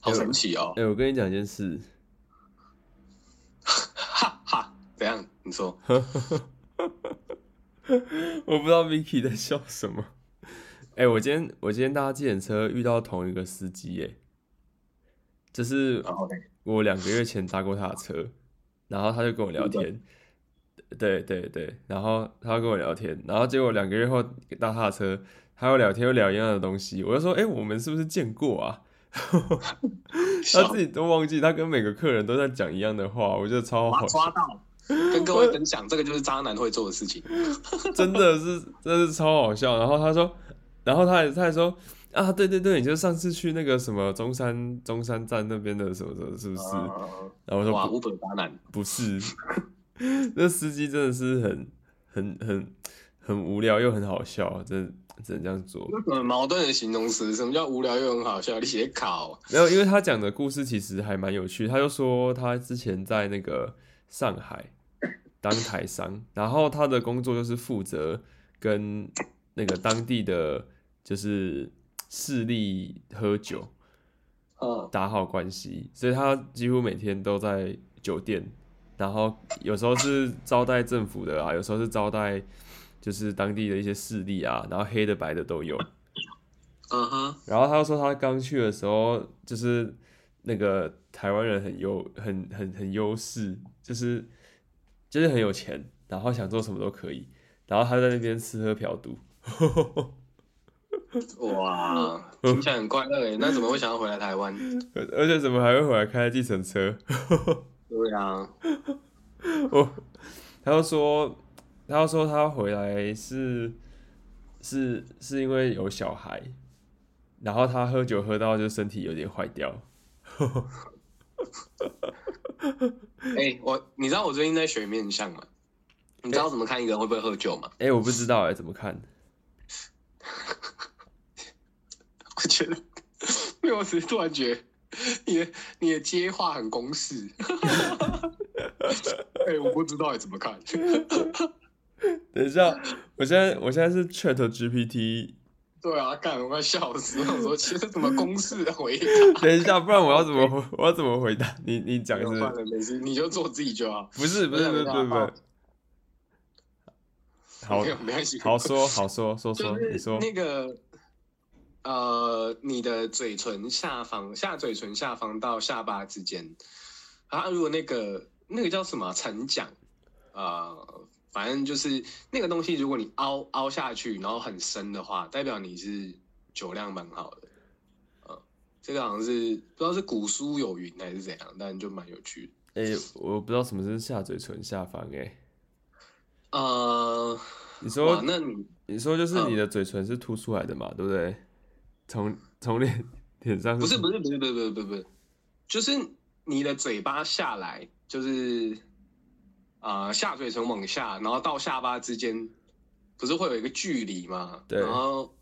S1: 好神奇哦！
S2: 哎、我跟你讲一件事，
S1: 哈哈，怎样？你说？
S2: 我不知道 Vicky 在笑什么。 哎、我今天我今天搭计程车遇到同一个司机，哎，就是
S1: 然后 呢？
S2: 我两个月前搭过他的车，然后他就跟我聊
S1: 日本
S2: 天，对对对，然后他跟我聊天，然后结果两个月后搭他的车，他又聊天又聊一样的东西，我就说，哎、我们是不是见过啊？他
S1: 笑
S2: 自己都忘记，他跟每个客人都在讲一样的话， 我觉得超好
S1: 哇，抓到！跟各位分享，这个就是渣男会做的事情。
S2: 真的是，真是超好笑。然后他说，然后他还他还说啊，对对对，你就上次去那个什么中山中山站那边的什么什么，是不是？
S1: 啊
S2: 然后我
S1: 哇
S2: 说
S1: ，Uber 渣男，
S2: 不不是， 那司机真的是很很很很无聊又很好笑，真的只能这样做。
S1: 有什么呃矛盾的形容词？什么叫无聊又很好笑？你写考
S2: 然后因为他讲的故事其实还蛮有趣，他就说他之前在那个上海当台商，然后他的工作就是负责跟那个当地的就是势力喝酒，
S1: 哦，
S2: 打好关系，所以他几乎每天都在酒店，然后有时候是招待政府的啊，有时候是招待就是当地的一些势力啊，然后黑的白的都有。
S1: 嗯哼，
S2: 然后他说他刚去的时候，就是那个台湾人很优，很很很优势，就是就是很有钱，然后想做什么都可以。然后他在那边吃喝嫖赌，
S1: 哇，听起来很快乐诶。那怎么会想要回来台湾？
S2: 而而且怎么还会回来开计程车？
S1: 对啊，
S2: 我他就说，他就说他回来是是是因为有小孩，然后他喝酒喝到就身体有点坏掉。
S1: 哎、我你知道我最近在学面相吗？你知道怎么看一个人会不会喝酒吗？
S2: 哎，我不知道哎，怎么看？
S1: 我觉得，没有，我只是突然觉得你的你的接话很公式。哎、我不知道你怎么看。
S2: 等一下，我现在我现在是 Chat GPT，
S1: 对啊，干，我快笑死！我想说，其实怎么公式的回答？
S2: 等一下，不然我要 怎么回我要怎么回答？你你讲是不
S1: 算
S2: 是
S1: 了，没事，你就做自己就好。
S2: 不是不是不是不是不 是？好
S1: 没有，没关系。
S2: 好说好说说说，
S1: 就是
S2: 你说
S1: 那个呃，你的嘴唇下方，下嘴唇下方到下巴之间，啊，如果那个那个叫什么啊唇桨，呃，反正就是那个东西，如果你凹凹下去，然后很深的话，代表你是酒量蛮好的。呃这个好像是不知道是古书有云还是怎样，但就蛮有趣的。
S2: 哎，我不知道什么是下嘴唇下方哎，
S1: 呃，
S2: 你说
S1: 哇，那你
S2: 你说就是
S1: 嗯
S2: 你的嘴唇是凸出来的嘛，对不对？从从脸脸上
S1: 不是不是不是不是不是不是不是，就是你的嘴巴下来，就是啊、呃下嘴唇往下，然后到下巴之间，不是会有一个距离吗？
S2: 对
S1: 然后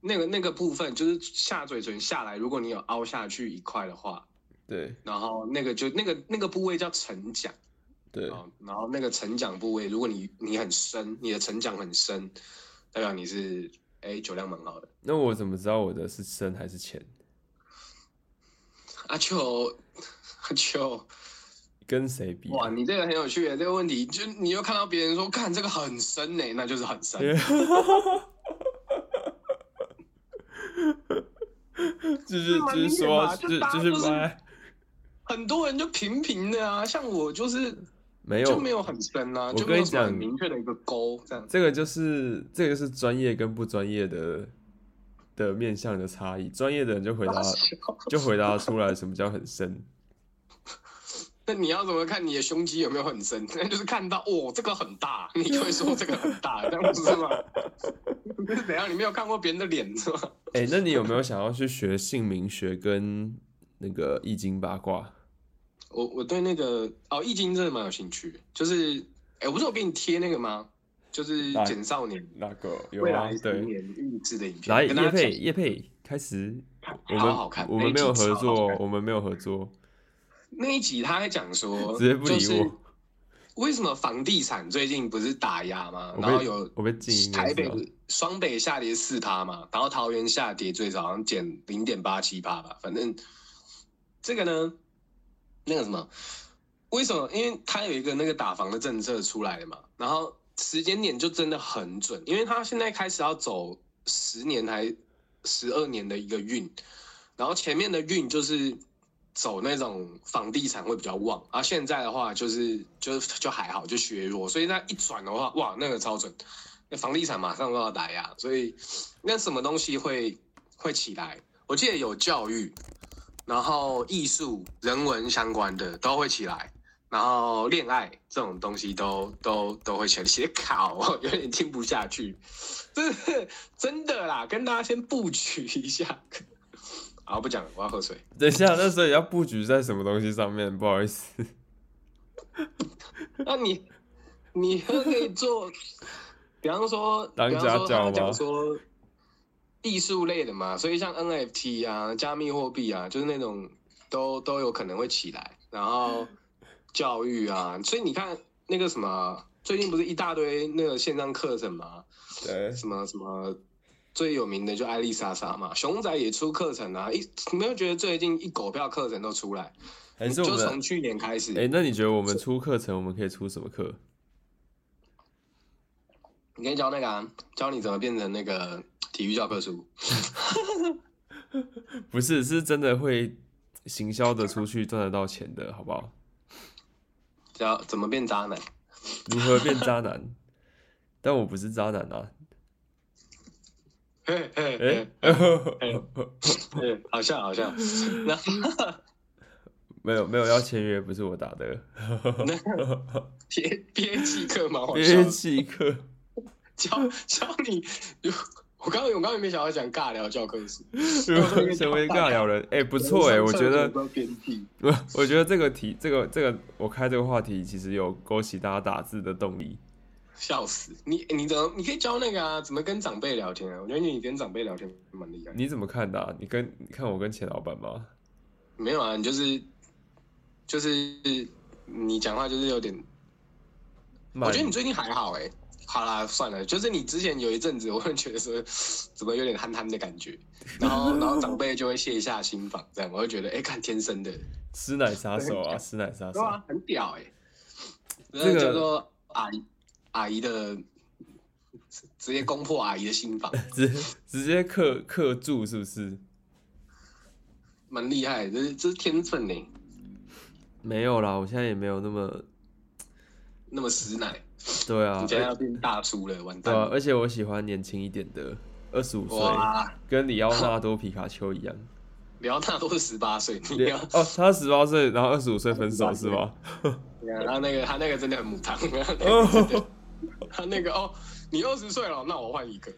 S1: 那个那个部分就是下嘴唇下来，如果你有凹下去一块的话，
S2: 对
S1: 然后那个就那个那个部位叫唇桨。
S2: 对
S1: 啊，然后那个成长部位，如果你你很深，你的成长很深，代表你是哎、酒量蛮好的。
S2: 那我怎么知道我的是深还是浅？
S1: 阿 秋，阿秋，
S2: 跟谁比？
S1: 哇，你这个很有趣耶，这个问题就你又看到别人说，看这个很深呢，那就是 很深。
S2: 就是
S1: 蛮
S2: 就是
S1: 明显
S2: 说，
S1: 吧
S2: 就
S1: 就大家
S2: 就是
S1: 都是
S2: 掰
S1: 很多人就平平的啊，像我就是
S2: 没有
S1: 就没有很深啊，
S2: 我
S1: 就
S2: 跟
S1: 没有
S2: 你
S1: 什么很
S2: 讲
S1: 明确的一个勾这样。
S2: 这个就是这个就是专业跟不专业的的面向的差异。专业的人就回答
S1: 大小
S2: 就回答出来什么叫很深，
S1: 那你要怎么看你的胸肌有没有很深？ 那就是看到哦，这个很大，你就会说这个很 大，这样不是吗？是怎样？你没有看过别人的脸是吗？
S2: 哎、那你有没有想要去学姓名学跟那个易经八卦？
S1: 我我对那个哦《易经》真的蛮有兴趣，就是哎，我不是有给你贴那个吗？就是
S2: 来
S1: 简少年
S2: 那个啊
S1: 未来十
S2: 对，
S1: 年预制的影片，
S2: 来
S1: 跟大
S2: 叶
S1: 家
S2: 佩
S1: 讲，
S2: 叶佩开始，我
S1: 超
S2: 们
S1: 好看，
S2: 我
S1: 那
S2: 们
S1: 一
S2: 没有
S1: 集超
S2: 合
S1: 好
S2: 作
S1: 看，
S2: 我们没有合作，
S1: 那一集他还讲说，
S2: 直接不
S1: 就
S2: 理
S1: 是
S2: 我，
S1: 为什么房地产最近不是打压吗？
S2: 我
S1: 然后
S2: 被
S1: 有
S2: 我被静音了，
S1: 台
S2: 你知
S1: 北
S2: 道吗
S1: 双北下跌四趴嘛，然后桃园下跌最少好像减零点八七趴吧，反正这个呢，那个什么，为什么？因为它有一个那个打房的政策出来了嘛，然后时间点就真的很准，因为它现在开始要走十年还十二年的一个运，然后前面的运就是走那种房地产会比较旺，而、现在的话就是就就还好，就削弱，所以那一转的话，哇，那个超准，那房地产马上都要打压，所以那什么东西会会起来？我记得有教育，然后艺术、人文相关的都会起来。然后恋爱这种东西都都都会起来，写考 有点听不下去，这是真的啦，跟大家先布局一下。 好，不讲了，我要喝水。
S2: 等一下，那时候也要布局在什么东西上面？不好意 思，
S1: 那你你又可以做，比方说，
S2: 当
S1: 比方
S2: 家
S1: 说
S2: 教
S1: 他
S2: 吗
S1: 讲说艺术类的嘛，所以像 NFT 啊、加密货币啊，就是那种都都有可能会起来。然后教育啊，所以你看那个什么，最近不是一大堆那个线上课程吗？
S2: 对，
S1: 什么什么最有名的就艾丽莎莎嘛，熊仔也出课程啊，一你没有觉得最近一狗票课程都出来，
S2: 还是我
S1: 就
S2: 们
S1: 从去年开始，
S2: 哎、那你觉得我们出课程，我们可以出什么课？
S1: 你可以教那个啊，教你怎么变成那个体育教科书。
S2: 不是，是真的会行销的出去赚得到钱的，好不好？
S1: 教怎么变渣男？
S2: 如何变渣男？ 但我不是渣男啊！
S1: 嘿嘿嘿、
S2: 哎欸，
S1: 嘿，好像好像，那
S2: 没有没有要签约，不是我打的。
S1: 憋憋气课蛮好笑
S2: 憋
S1: 的，
S2: 气课，
S1: 教教你，如我刚刚我刚刚有没有想要讲尬聊教科书？
S2: 如何成为尬聊人？哎、不错哎、我觉得，
S1: 憋气，
S2: 我 我觉得这个题，这个这个，我开这个话题，其实有勾起大家打字的动力。
S1: 笑死你！你怎么你可以教那个啊？怎么跟长辈聊天啊？我觉得你跟长辈聊天蛮厉害的。
S2: 你怎么看的啊、你跟你看我跟钱老板吗？
S1: 没有啊，你就是就是你讲话就是有点我觉得你最近还好哎、好啦，算了，就是你之前有一阵子，我会觉得说 怎么有点憨憨的感觉，然后然后长辈就会卸下心防，这样我会觉得哎、看天生的，
S2: 吃奶杀手啊，吃奶杀手
S1: 对。啊，很屌哎、
S2: 这
S1: 这
S2: 个
S1: 个叫做阿姨阿姨的，直接攻破阿姨的心 防，
S2: 直直接克克住是不是？
S1: 蛮厉害的，这是这是天分欸呢、
S2: 没有啦，我现在也没有那么
S1: 那么实奶，
S2: 对啊
S1: 你，现在要变大叔了，完
S2: 对
S1: 蛋
S2: 啊，
S1: 了，
S2: 而且我喜欢年轻一点的，二十五岁，
S1: 哇，
S2: 跟里奥纳多皮卡丘一样。
S1: 辽大都是十八岁， 你
S2: 对
S1: 要
S2: 哦，他十八岁，然后二十五岁分手是 吗？
S1: 然后那啊个他那个真的很母汤，
S2: 哦，
S1: 他那个哦，你二十岁了，那我换一个。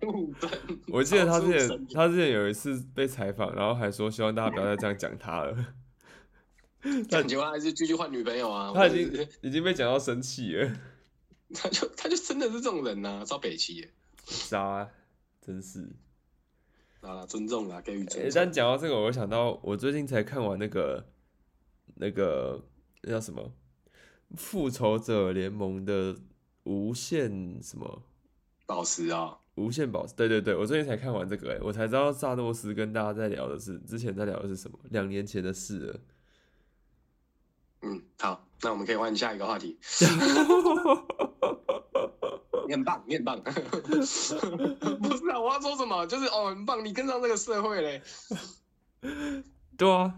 S1: 陆贞
S2: 我记得他之
S1: 超出神
S2: 前他之前有一次被采访，然后还说希望大家不要再这样讲 他了，
S1: 感觉他还是继续换女朋友啊。
S2: 他已
S1: 或者
S2: 经
S1: 是
S2: 已经被讲到生气了，
S1: 他就他就真的是这种人呐、啊，超北齐耶
S2: 渣、啊真是。
S1: 啊，尊重啦，给予
S2: 欸
S1: 尊重。
S2: 但讲到这个，我又想到我最近才看完那个那个那叫什么《复仇者联盟》的无限什么
S1: 宝石啊、
S2: 无限宝石，对对对，我最近才看完这个、欸，我才知道萨诺斯跟大家在聊的是之前在聊的是什么，两年前的事了。
S1: 嗯，好，那我们可以换下一个话题。你很棒，你很棒。 不是啊，我要说什么？就是哦，很棒，你跟上这个社会嘞。
S2: 对啊，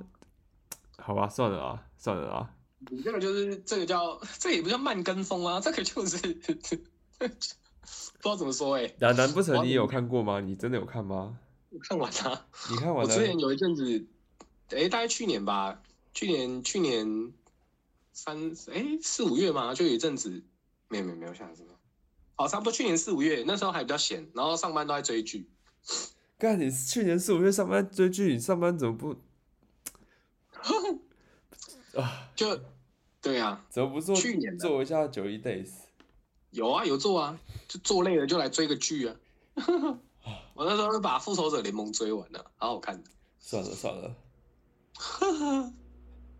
S2: 好吧，算了啊，算了啊，
S1: 你这个就是这个叫这个也不叫慢跟风啊，这个就是 不知道怎么说哎、
S2: 难难不成你有看过吗？你真的有看吗？
S1: 我看完啊了、
S2: 你看
S1: 我
S2: 完了
S1: 之？前有一阵子，哎、大概去年吧，去年去年三哎、四五月嘛，就有一阵子，没有没有没有想什么，哦，差不多去年四五月那时候还比较闲，然后上班都在追剧，
S2: 干，你去年四五月上班追剧，你上班怎么不啊？
S1: 就对啊，
S2: 怎么不做
S1: 去年的
S2: 做一下九一 days？
S1: 有啊，有做啊，就做累了就来追个剧啊。 我那时候就把《复仇者联盟》追完了，好好看的。
S2: 算了算 了，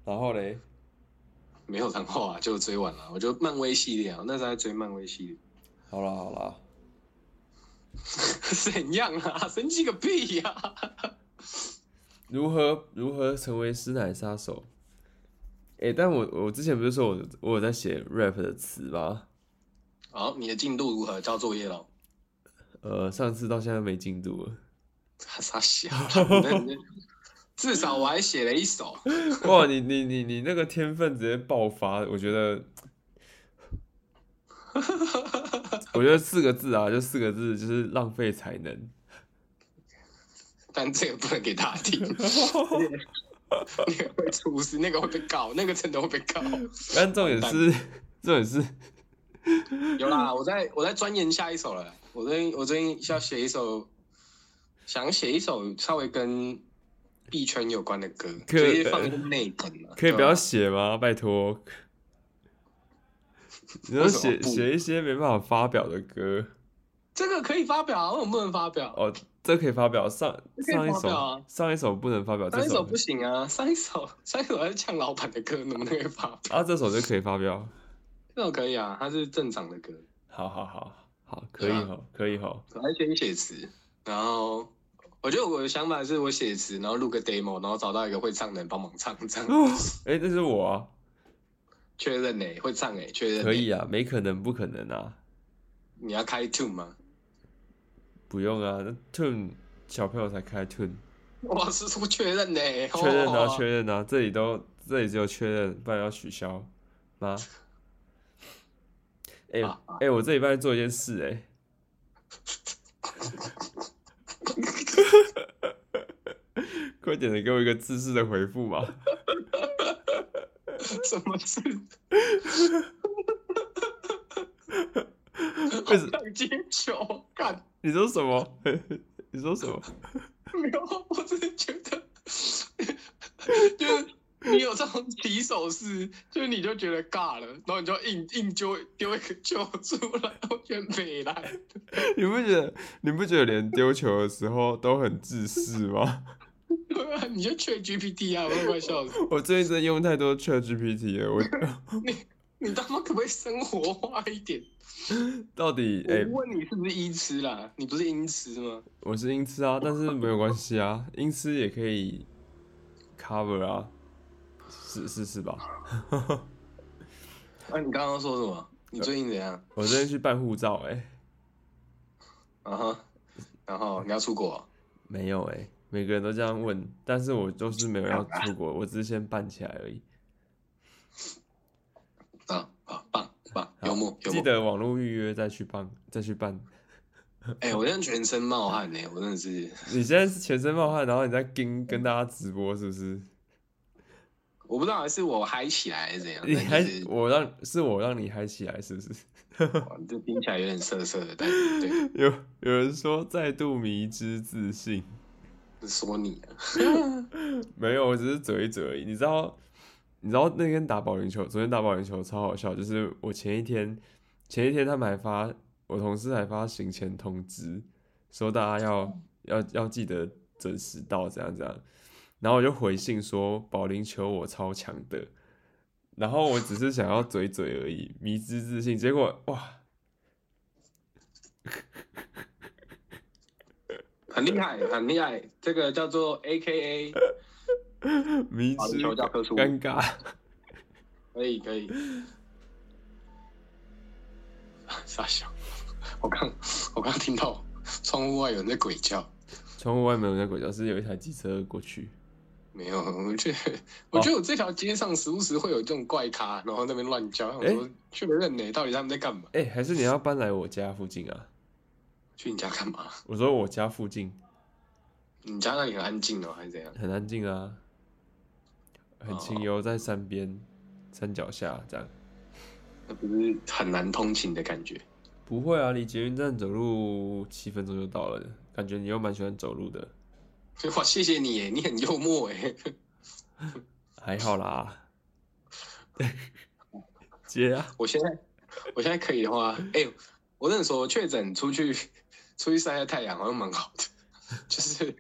S2: 然后嘞，
S1: 没有然后啊，就追完了。我就漫威系列啊，我那时候在追漫威系列，
S2: 好啦好啦，
S1: 怎样啊？生气个屁呀、
S2: 如何如何成为师奶杀手？诶，但我我之前不是说我我有在写 rap 的词吗？
S1: 好，你的进度如何？交作业了？
S2: 呃，上次到现在没进度了，
S1: 傻小啦，那你至少我还写了一首。
S2: 哇，你 你你你那个天分直接爆发，我觉 得，我觉得四个字啊，就四个字，就是浪费才能。
S1: 但这个不能给大家听，那个会出事，那个会被告，那个真的会被告。
S2: 但重点是，重点是，
S1: 有啦，我在我在钻研下一首了。我最近我最近要写一首，想写一首稍微跟币圈有关的歌，
S2: 可
S1: 就是放一个内梗了。
S2: 可以不
S1: 对
S2: 要
S1: 吧啊
S2: 写吗？拜托，你要
S1: 为什么
S2: 写
S1: 不
S2: 写一些没办法发表的歌
S1: 这个可以发表啊，为什么不能发表？
S2: 哦，这可以发表。上
S1: 可以
S2: 上一
S1: 发
S2: 首、
S1: 表啊
S2: 上一首不能发表，
S1: 上
S2: 这
S1: 一首
S2: 首
S1: 不行啊，上一首上一首还是呛老板的歌，能不能给发表？
S2: 啊这首就可以发表。
S1: 这首可以啊，它是正常的歌，
S2: 好好好好，可以
S1: 对啊
S2: 哦，可以 哦。
S1: 我还先写词，然后。我觉得我的想法是我写词，然后录个 demo，然后找到一个会唱的人帮忙唱，这样
S2: 哎、那是我啊，
S1: 确认呢、会唱哎、确认、
S2: 可。以啊，没可能不可能啊。
S1: 你要开 tune 吗？
S2: 不用啊，那 tune 小朋友才开 tune，
S1: 哇，是说确认呢、
S2: 确认啊，
S1: 哦
S2: 确认啊，这里都这里只有确认，不然要取消吗？哎、
S1: 啊
S2: 哎、我这礼拜做一件事哎、 快点的给我一个自式的回复嘛！
S1: 什么 事？
S2: 为什
S1: 想接球？干
S2: 你说什么？ 你说什么？
S1: 没有？我只是觉得，就是你有这种起手式，就是你就觉得尬了，然后你就硬硬丢丢一个球出来， 我觉得没来。
S2: 你不觉得你不觉得连丢球的时候都很自私吗？
S1: 对啊，你就缺 GPT 啊，我都快笑死。
S2: 我最近真的用太多 ChatGPT 了，我
S1: 你他妈可不可以生活化一点？
S2: 到底哎、
S1: 我问你是不是音痴啦？你不是音痴吗？
S2: 我是音痴啊，但是没有关系啊，音痴也可以 cover 啊，是是是吧？
S1: 啊，你刚刚说什么？你最近怎样？
S2: 我最近去办护照、欸，哎，
S1: 啊哈，然后你要出国哦、
S2: 没有哎、每个人都这样问，但是我就是没有要出国，我只是先办起来而已。
S1: 啊啊，棒棒，
S2: 好
S1: 幽默幽
S2: 记
S1: 默。
S2: 得网络预约再去办，再去办。
S1: 哎、我现在全身冒汗呢、我真的是，
S2: 你现在是全身冒汗，然后你在跟跟大家直播是不是？
S1: 我不知道啊还是我嗨起来还是怎样，
S2: 你
S1: 但啊
S2: 还
S1: 就是
S2: 我让是我让你嗨起来是不 是？
S1: 哇这听起来有点涩涩的，但是对，
S2: 有有人说再度迷之自信。
S1: 说你啊，
S2: 没有，我只是嘴一嘴而已。你知道，你知道那天打保龄球，昨天打保龄球超好笑，就是我前一天，前一天他们还发，我同事还发行前通知，说大家要要要记得准时到，怎样怎样。然后我就回信说保龄球我超强的，然后我只是想要嘴嘴而已，迷之自信。结果哇，
S1: 很厉害，很厉害。这个叫做 A K A，
S2: 迷
S1: 好
S2: 之
S1: 你求教科书
S2: 尴尬。
S1: 可以可以。傻笑，我刚我刚听到窗户外有人在鬼叫，
S2: 窗户外面有人在鬼叫，是有一台机车过去。
S1: 没有，我觉得我觉得我这条街上时不时会有这种怪咖，然后在那边乱叫，我说确认呢，到底他们在干嘛？
S2: 哎、还是你要搬来我家附近啊？
S1: 去你家干嘛？
S2: 我说我家附近
S1: 你家那里很安静哦，还是怎样？
S2: 很安静啊，很清幽，在山边、山脚下这样。
S1: 那不是很难通勤的感觉？
S2: 不会啊，离捷运站走路七分钟就到了，感觉你又蛮喜欢走路的，
S1: 哇，谢谢你耶，你很幽默哎。
S2: 还好啦。 接啊，
S1: 我现在我现在可以的话，哎、我跟你说，确诊出去出去晒晒太阳好像蛮好的，就是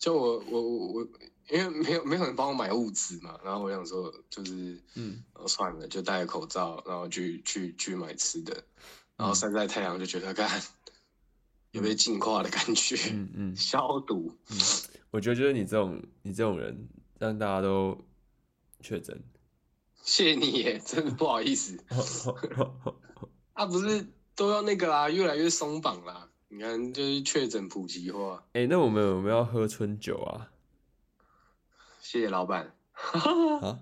S1: 就我我我我，因为没有没有人帮我买物资嘛，然后我想说就是
S2: 嗯，
S1: 哦算了，就戴个口罩，然后去去去买吃的，然后晒晒太阳就觉得干有被净化的感觉，
S2: 嗯嗯，
S1: 消毒。
S2: 我觉得就是你这种你这种人，让大家都确 诊。
S1: 谢谢你耶，真的不好意思，啊不是都要那个啦，越来越松绑啦，你看就是确诊普及化。
S2: 哎、那我们我们要喝春酒啊？
S1: 谢谢老板，
S2: 啊，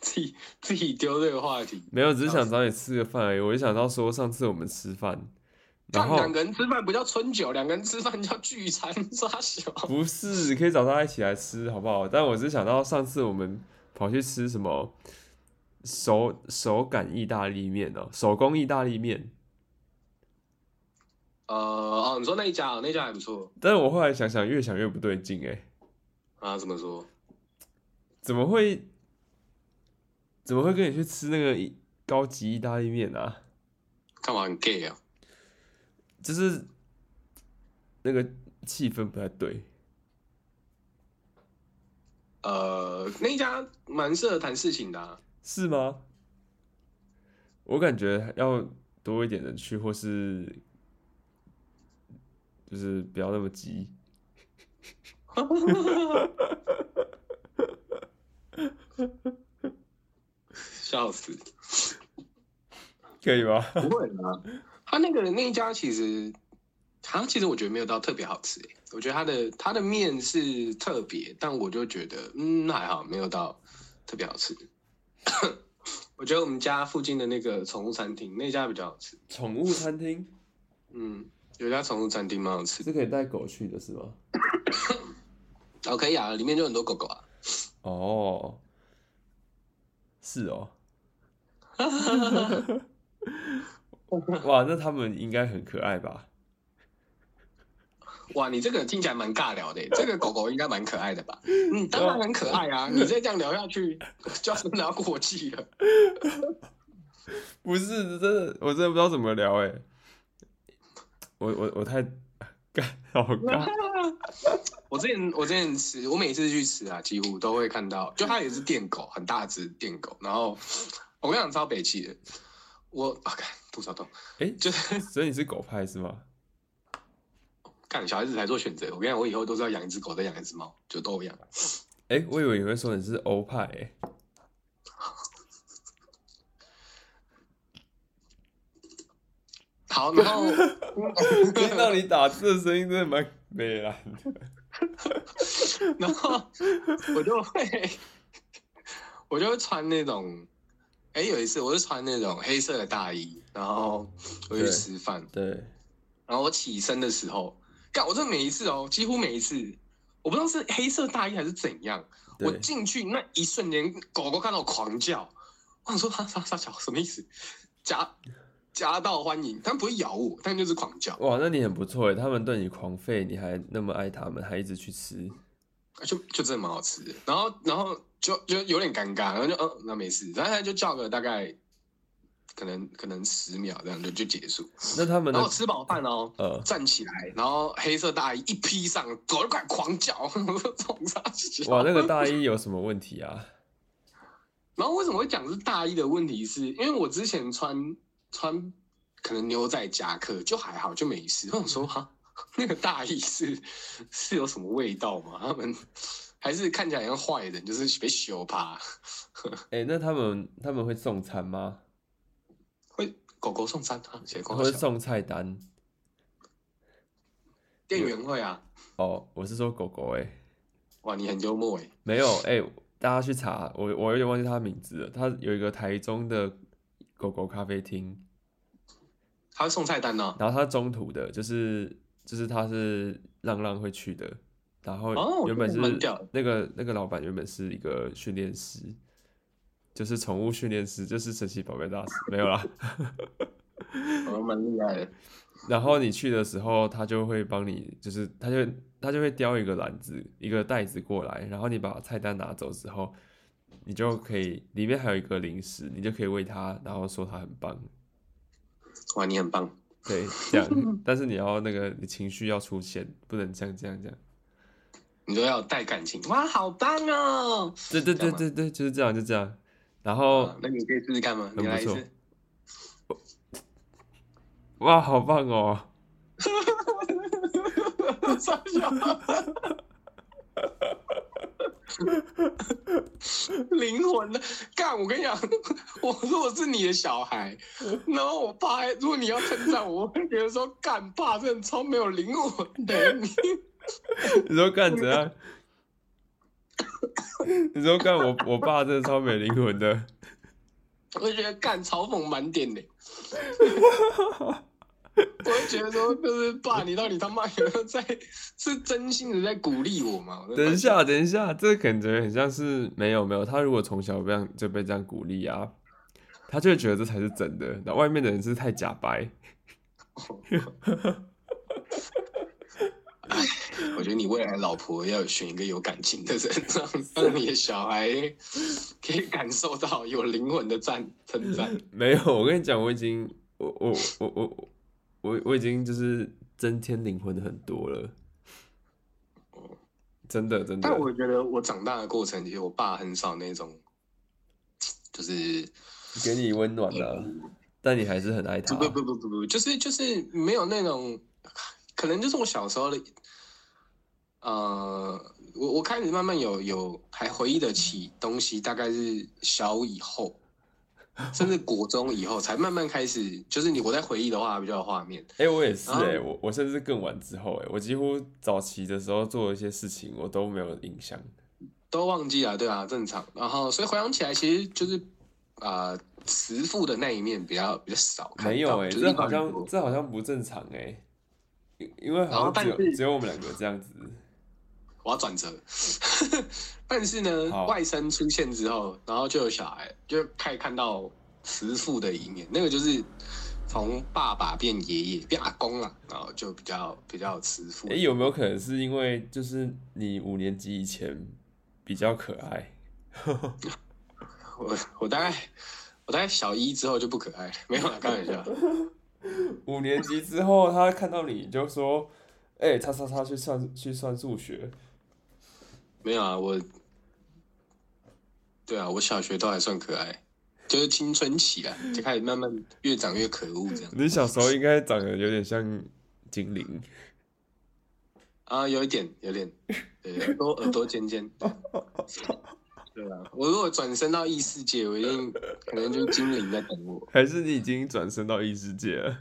S1: 自己自己丢这个话题。
S2: 没有，只是想找你吃个饭而已。我就想到说，上次我们吃饭，然
S1: 干
S2: 后
S1: 两个人吃饭不叫春酒，两个人吃饭叫聚餐，傻小。
S2: 不是可以找大家一起来吃，好不好？但我只是想到上次我们跑去吃什么手手擀意大利面哦，手工意大利面。
S1: 呃，哦，你说那一家，那一家还不错
S2: 但是我后来想想，越想越不对劲哎、
S1: 啊？怎么说？
S2: 怎么会怎么会跟你去吃那个意高级意大利面啊？
S1: 干嘛很 gay 啊？
S2: 就是那个气氛不太对。
S1: 呃，那一家蛮适合谈事情的、啊，
S2: 是吗？我感觉要多一点人去，或是就是不要那么急。
S1: 笑死。
S2: 可以吧？
S1: 不会啊， 他那个那一家其实，他其实我觉得没有到特别好吃、欸，我觉得他的他的面是特别，但我就觉得嗯还好，没有到特别好吃。 我觉得我们家附近的那个宠物餐厅那家比较好吃，
S2: 宠物餐厅
S1: 嗯，有一家宠物餐厅蛮好吃的。
S2: 是可以带狗去的，是吗？
S1: 哦，可以啊，里面就很多狗狗啊。
S2: 哦，是 哦。哇，那他们应该很可爱吧？
S1: 哇，你这个听起来蛮尬 聊的欸，这个狗狗应该蛮可爱的吧？嗯，当然很可爱啊，你再这样聊下去，就要真的要过气了。
S2: 不是，真的，我真的不知道怎么聊哎。我我我太干好尬。
S1: 我之前我之前吃，我每次去吃啊，几乎都会看到，就它也是电狗，很大只电狗。然后我跟你讲超北气的，我啊，看吐槽痛，
S2: 哎，
S1: 就是
S2: 所以你是狗派是吗？
S1: 看小孩子才做选择。我跟你讲，我以后都是要养一只狗，再养一只猫，就都养。
S2: 哎、我以为你会说你是欧派、欸，
S1: 好，然后
S2: 听到你打字的声音真的蛮美啦。
S1: 然后我就会我就会穿那种，哎、有一次我是穿那种黑色的大衣，然后我去
S2: 对
S1: 吃饭，
S2: 对，
S1: 然后我起身的时候，干，我这每一次哦，几乎每一次，我不知道是黑色大衣还是怎样，我
S2: 对，
S1: 进去那一瞬间，狗狗看到我狂叫，我想说哈傻傻小什么意思？夹夹道欢迎，它不会咬我，但就是狂叫，
S2: 哇，那你很不错哎，他们对你狂吠，你还那么爱他们，还一直去吃。
S1: 就就真的蛮好吃的。然后然后就就有点尴尬，然后就嗯那没事，然后它就叫个大概可能可能十秒这样就就结束。
S2: 那他们
S1: 然
S2: 的
S1: 后我吃饱饭哦，
S2: 呃，
S1: 站起来，然后黑色大衣一披上，狗就快狂叫，我说冲啥笑？
S2: 哇，那个大衣有什么问题啊？
S1: 然后为什么会讲是大衣的问题是？因为我
S2: 嗯
S1: 之前穿穿可能牛仔夹克就还好，就没事。我想说哈，那个大意是是有什么味道吗？他们还是看起来像坏人，就是被羞怕。
S2: 哎、那他们他们会送餐吗？
S1: 会狗狗送餐啊，写
S2: 他
S1: 公
S2: 会
S1: 司
S2: 送菜单？
S1: 店员会啊。
S2: 哦，我是说狗狗哎、
S1: 哇，你很幽默哎、
S2: 没有哎、大家去查，我我有点忘记它的名字了。它有一个台中的狗狗咖啡厅，
S1: 他会送菜单呢、哦
S2: 然后它中途的，就是就是它是浪浪会去的，然
S1: 哦
S2: 后原本是、
S1: 这蛮屌的
S2: 那个那个老板原本是一个训练师，就是宠物训练师，就是神奇宝贝大师没有啦。
S1: 好像蛮厉害的。
S2: 然后你去的时候，他就会帮你，就是他就会他就会叼一个篮子、一个袋子过来，然后你把菜单拿走之后，你就可以里面还有一个零食，你就可以喂它，然后说它很棒，
S1: 哇，你很棒。
S2: 对，这 样。但是你要那个你情绪要出现，不能像这样这样。
S1: 你都要带感情，哇，好棒哦！
S2: 对对对对对，就是这样就这样。然后
S1: 啊那你可以试试看吗？
S2: 很
S1: 你来一
S2: 不错
S1: 次。
S2: 哇，好棒哦！
S1: 傻笑。灵魂的干，我跟你讲，我如果是你的小孩，然后我爸，如果你要称赞我，我会觉得说，干爸真的超没有灵魂的，你
S2: 你说干怎样？ 你说干我我爸真的超没灵魂的。
S1: 我会觉得干嘲讽满点的。我会觉得说，就是爸，你到底他妈有没有在是真心的在鼓励我吗？我在
S2: 等一下，等一下，这个感觉很像是没有没有。他如果从小这样就被这样鼓励啊，他就会觉得这才是真的。那外面的人是太假白，
S1: 我觉得你未来老婆要选一个有感情的 人，让让你的小孩可以感受到有灵魂的赞称赞。
S2: 没有。我跟你讲，我已经我我我我我我已经就是增添灵魂的很多了。真的真的
S1: 但，我觉得我长大的过程，其实我爸很少那种，就是
S2: 给你温暖了、但你还是很爱他
S1: 不。不不不不不，就是就是没有那种，可能就是我小时候的，呃，我我开始慢慢有有还回忆得起东西，大概是小以后，甚至国中以后才慢慢开始，就是你我在回忆的话比较有画面。
S2: 哎、我也是
S1: 然后
S2: 哎、我我甚至更晚之后哎、我几乎早期的时候做的一些事情，我都没有印象。
S1: 都忘记了，对啊，正常。然后所以回想起来，其实就是啊，慈父的那一面比较比较少看到，
S2: 没有哎、
S1: 就是
S2: 这
S1: 一般
S2: 好
S1: 很
S2: 像
S1: 多
S2: 这好像不正常哎、因因为
S1: 然
S2: 好
S1: 后
S2: 像
S1: 但
S2: 只有
S1: 是
S2: 只有我们两个这样子，
S1: 我要转折。 但是呢
S2: 好，
S1: 外甥出现之后，然后就有小孩，就开始看到慈父的一面，那个就是从爸爸变爷爷变阿公了，然后就比较比较慈父
S2: 哎、。有没有可能是因为就是你五年级以前比较可爱？
S1: 我我大概我大概小一之后就不可爱了，没有啦，开玩笑。
S2: 五年级之后，他看到你就说：“哎、叉叉叉去算去算数学。
S1: 没有啊，我，对啊，我小学都还算可爱，就是青春期啊，就开始慢慢越长越可恶这”样
S2: 你小时候应该长得有点像精灵，
S1: 啊，有一点，有点，对，耳朵耳朵尖尖，对，对啊，我如果转身到异世界，我一定可能就是精灵在等我。
S2: 还是你已经转身到异世 界了？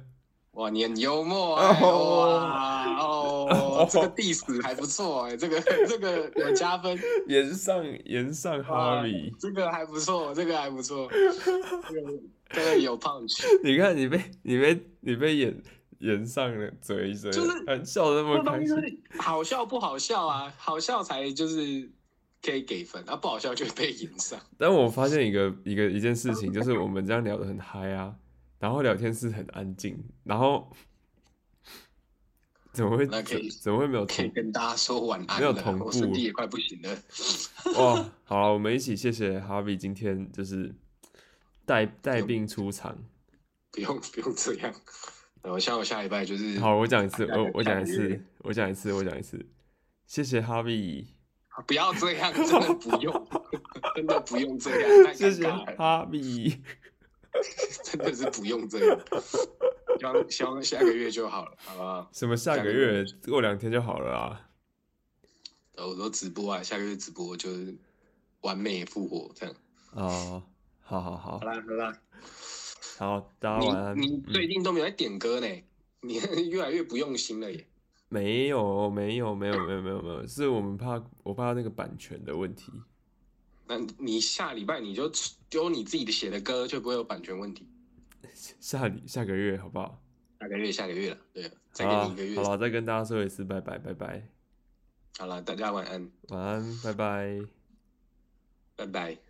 S1: 哇，你很幽默啊、哎
S2: 哦
S1: 哇哦，这个 diss 还不错哎、这个这个有加分，
S2: 岩上岩上哈
S1: 哇
S2: 比，
S1: 这个还不错，这个还不错，这个这个有 punch。
S2: 你看你被你被你被演演上了嘴一嘴，
S1: 就是
S2: 还笑得那
S1: 这
S2: 么
S1: 东
S2: 开
S1: 西
S2: 心
S1: 就。是好笑不好笑啊，好笑才就是可以给分，啊不好笑就会被赢上。
S2: 但我发现一个一个一件事 情，就是我们这样聊得很嗨啊，然后聊天室很安静，然后 怎么会
S1: 那可以
S2: 怎么会没有
S1: 可以
S2: 同
S1: 跟大家说晚安
S2: 没有
S1: 了，
S2: 同步
S1: 我身体也快不行了。
S2: 哇？好了，我们一起谢谢哈比今天就是带带病出场。
S1: 不用不用这样，呃我像我下礼拜就是
S2: 好，我讲一次，
S1: 大家
S2: 我我讲一
S1: 大家
S2: 次，我讲一次，我讲一次，谢谢哈比，
S1: 不要这样，真的不 用，真的不用这样，太
S2: 谢
S1: 尴
S2: 谢
S1: 尬了，
S2: 哈比。
S1: 真的是不用这样。希望希望下个月就好了，好不好？
S2: 什么下个月过两天就好了啊？
S1: 呃我都直播啊，下个月直播就是完美复活这样。
S2: 哦，好好好
S1: 好啦好啦，
S2: 好，大家晚安。
S1: 你你
S2: 嗯
S1: 最近都没有在点歌呢，你 越来越不用心了耶。
S2: 没有没有没有没有没有没有，是我们怕我怕那个版权的问题。
S1: 那你下礼拜你就丢你自己的写的歌，就不会有版权问题。
S2: 下礼下个月好不好？
S1: 下个月下个月了，对，再给
S2: 好
S1: 你一个月
S2: 啦。好了，啊再跟大家说一次，拜拜拜拜，
S1: 好了，大家晚安，
S2: 晚安，拜拜。
S1: 拜拜。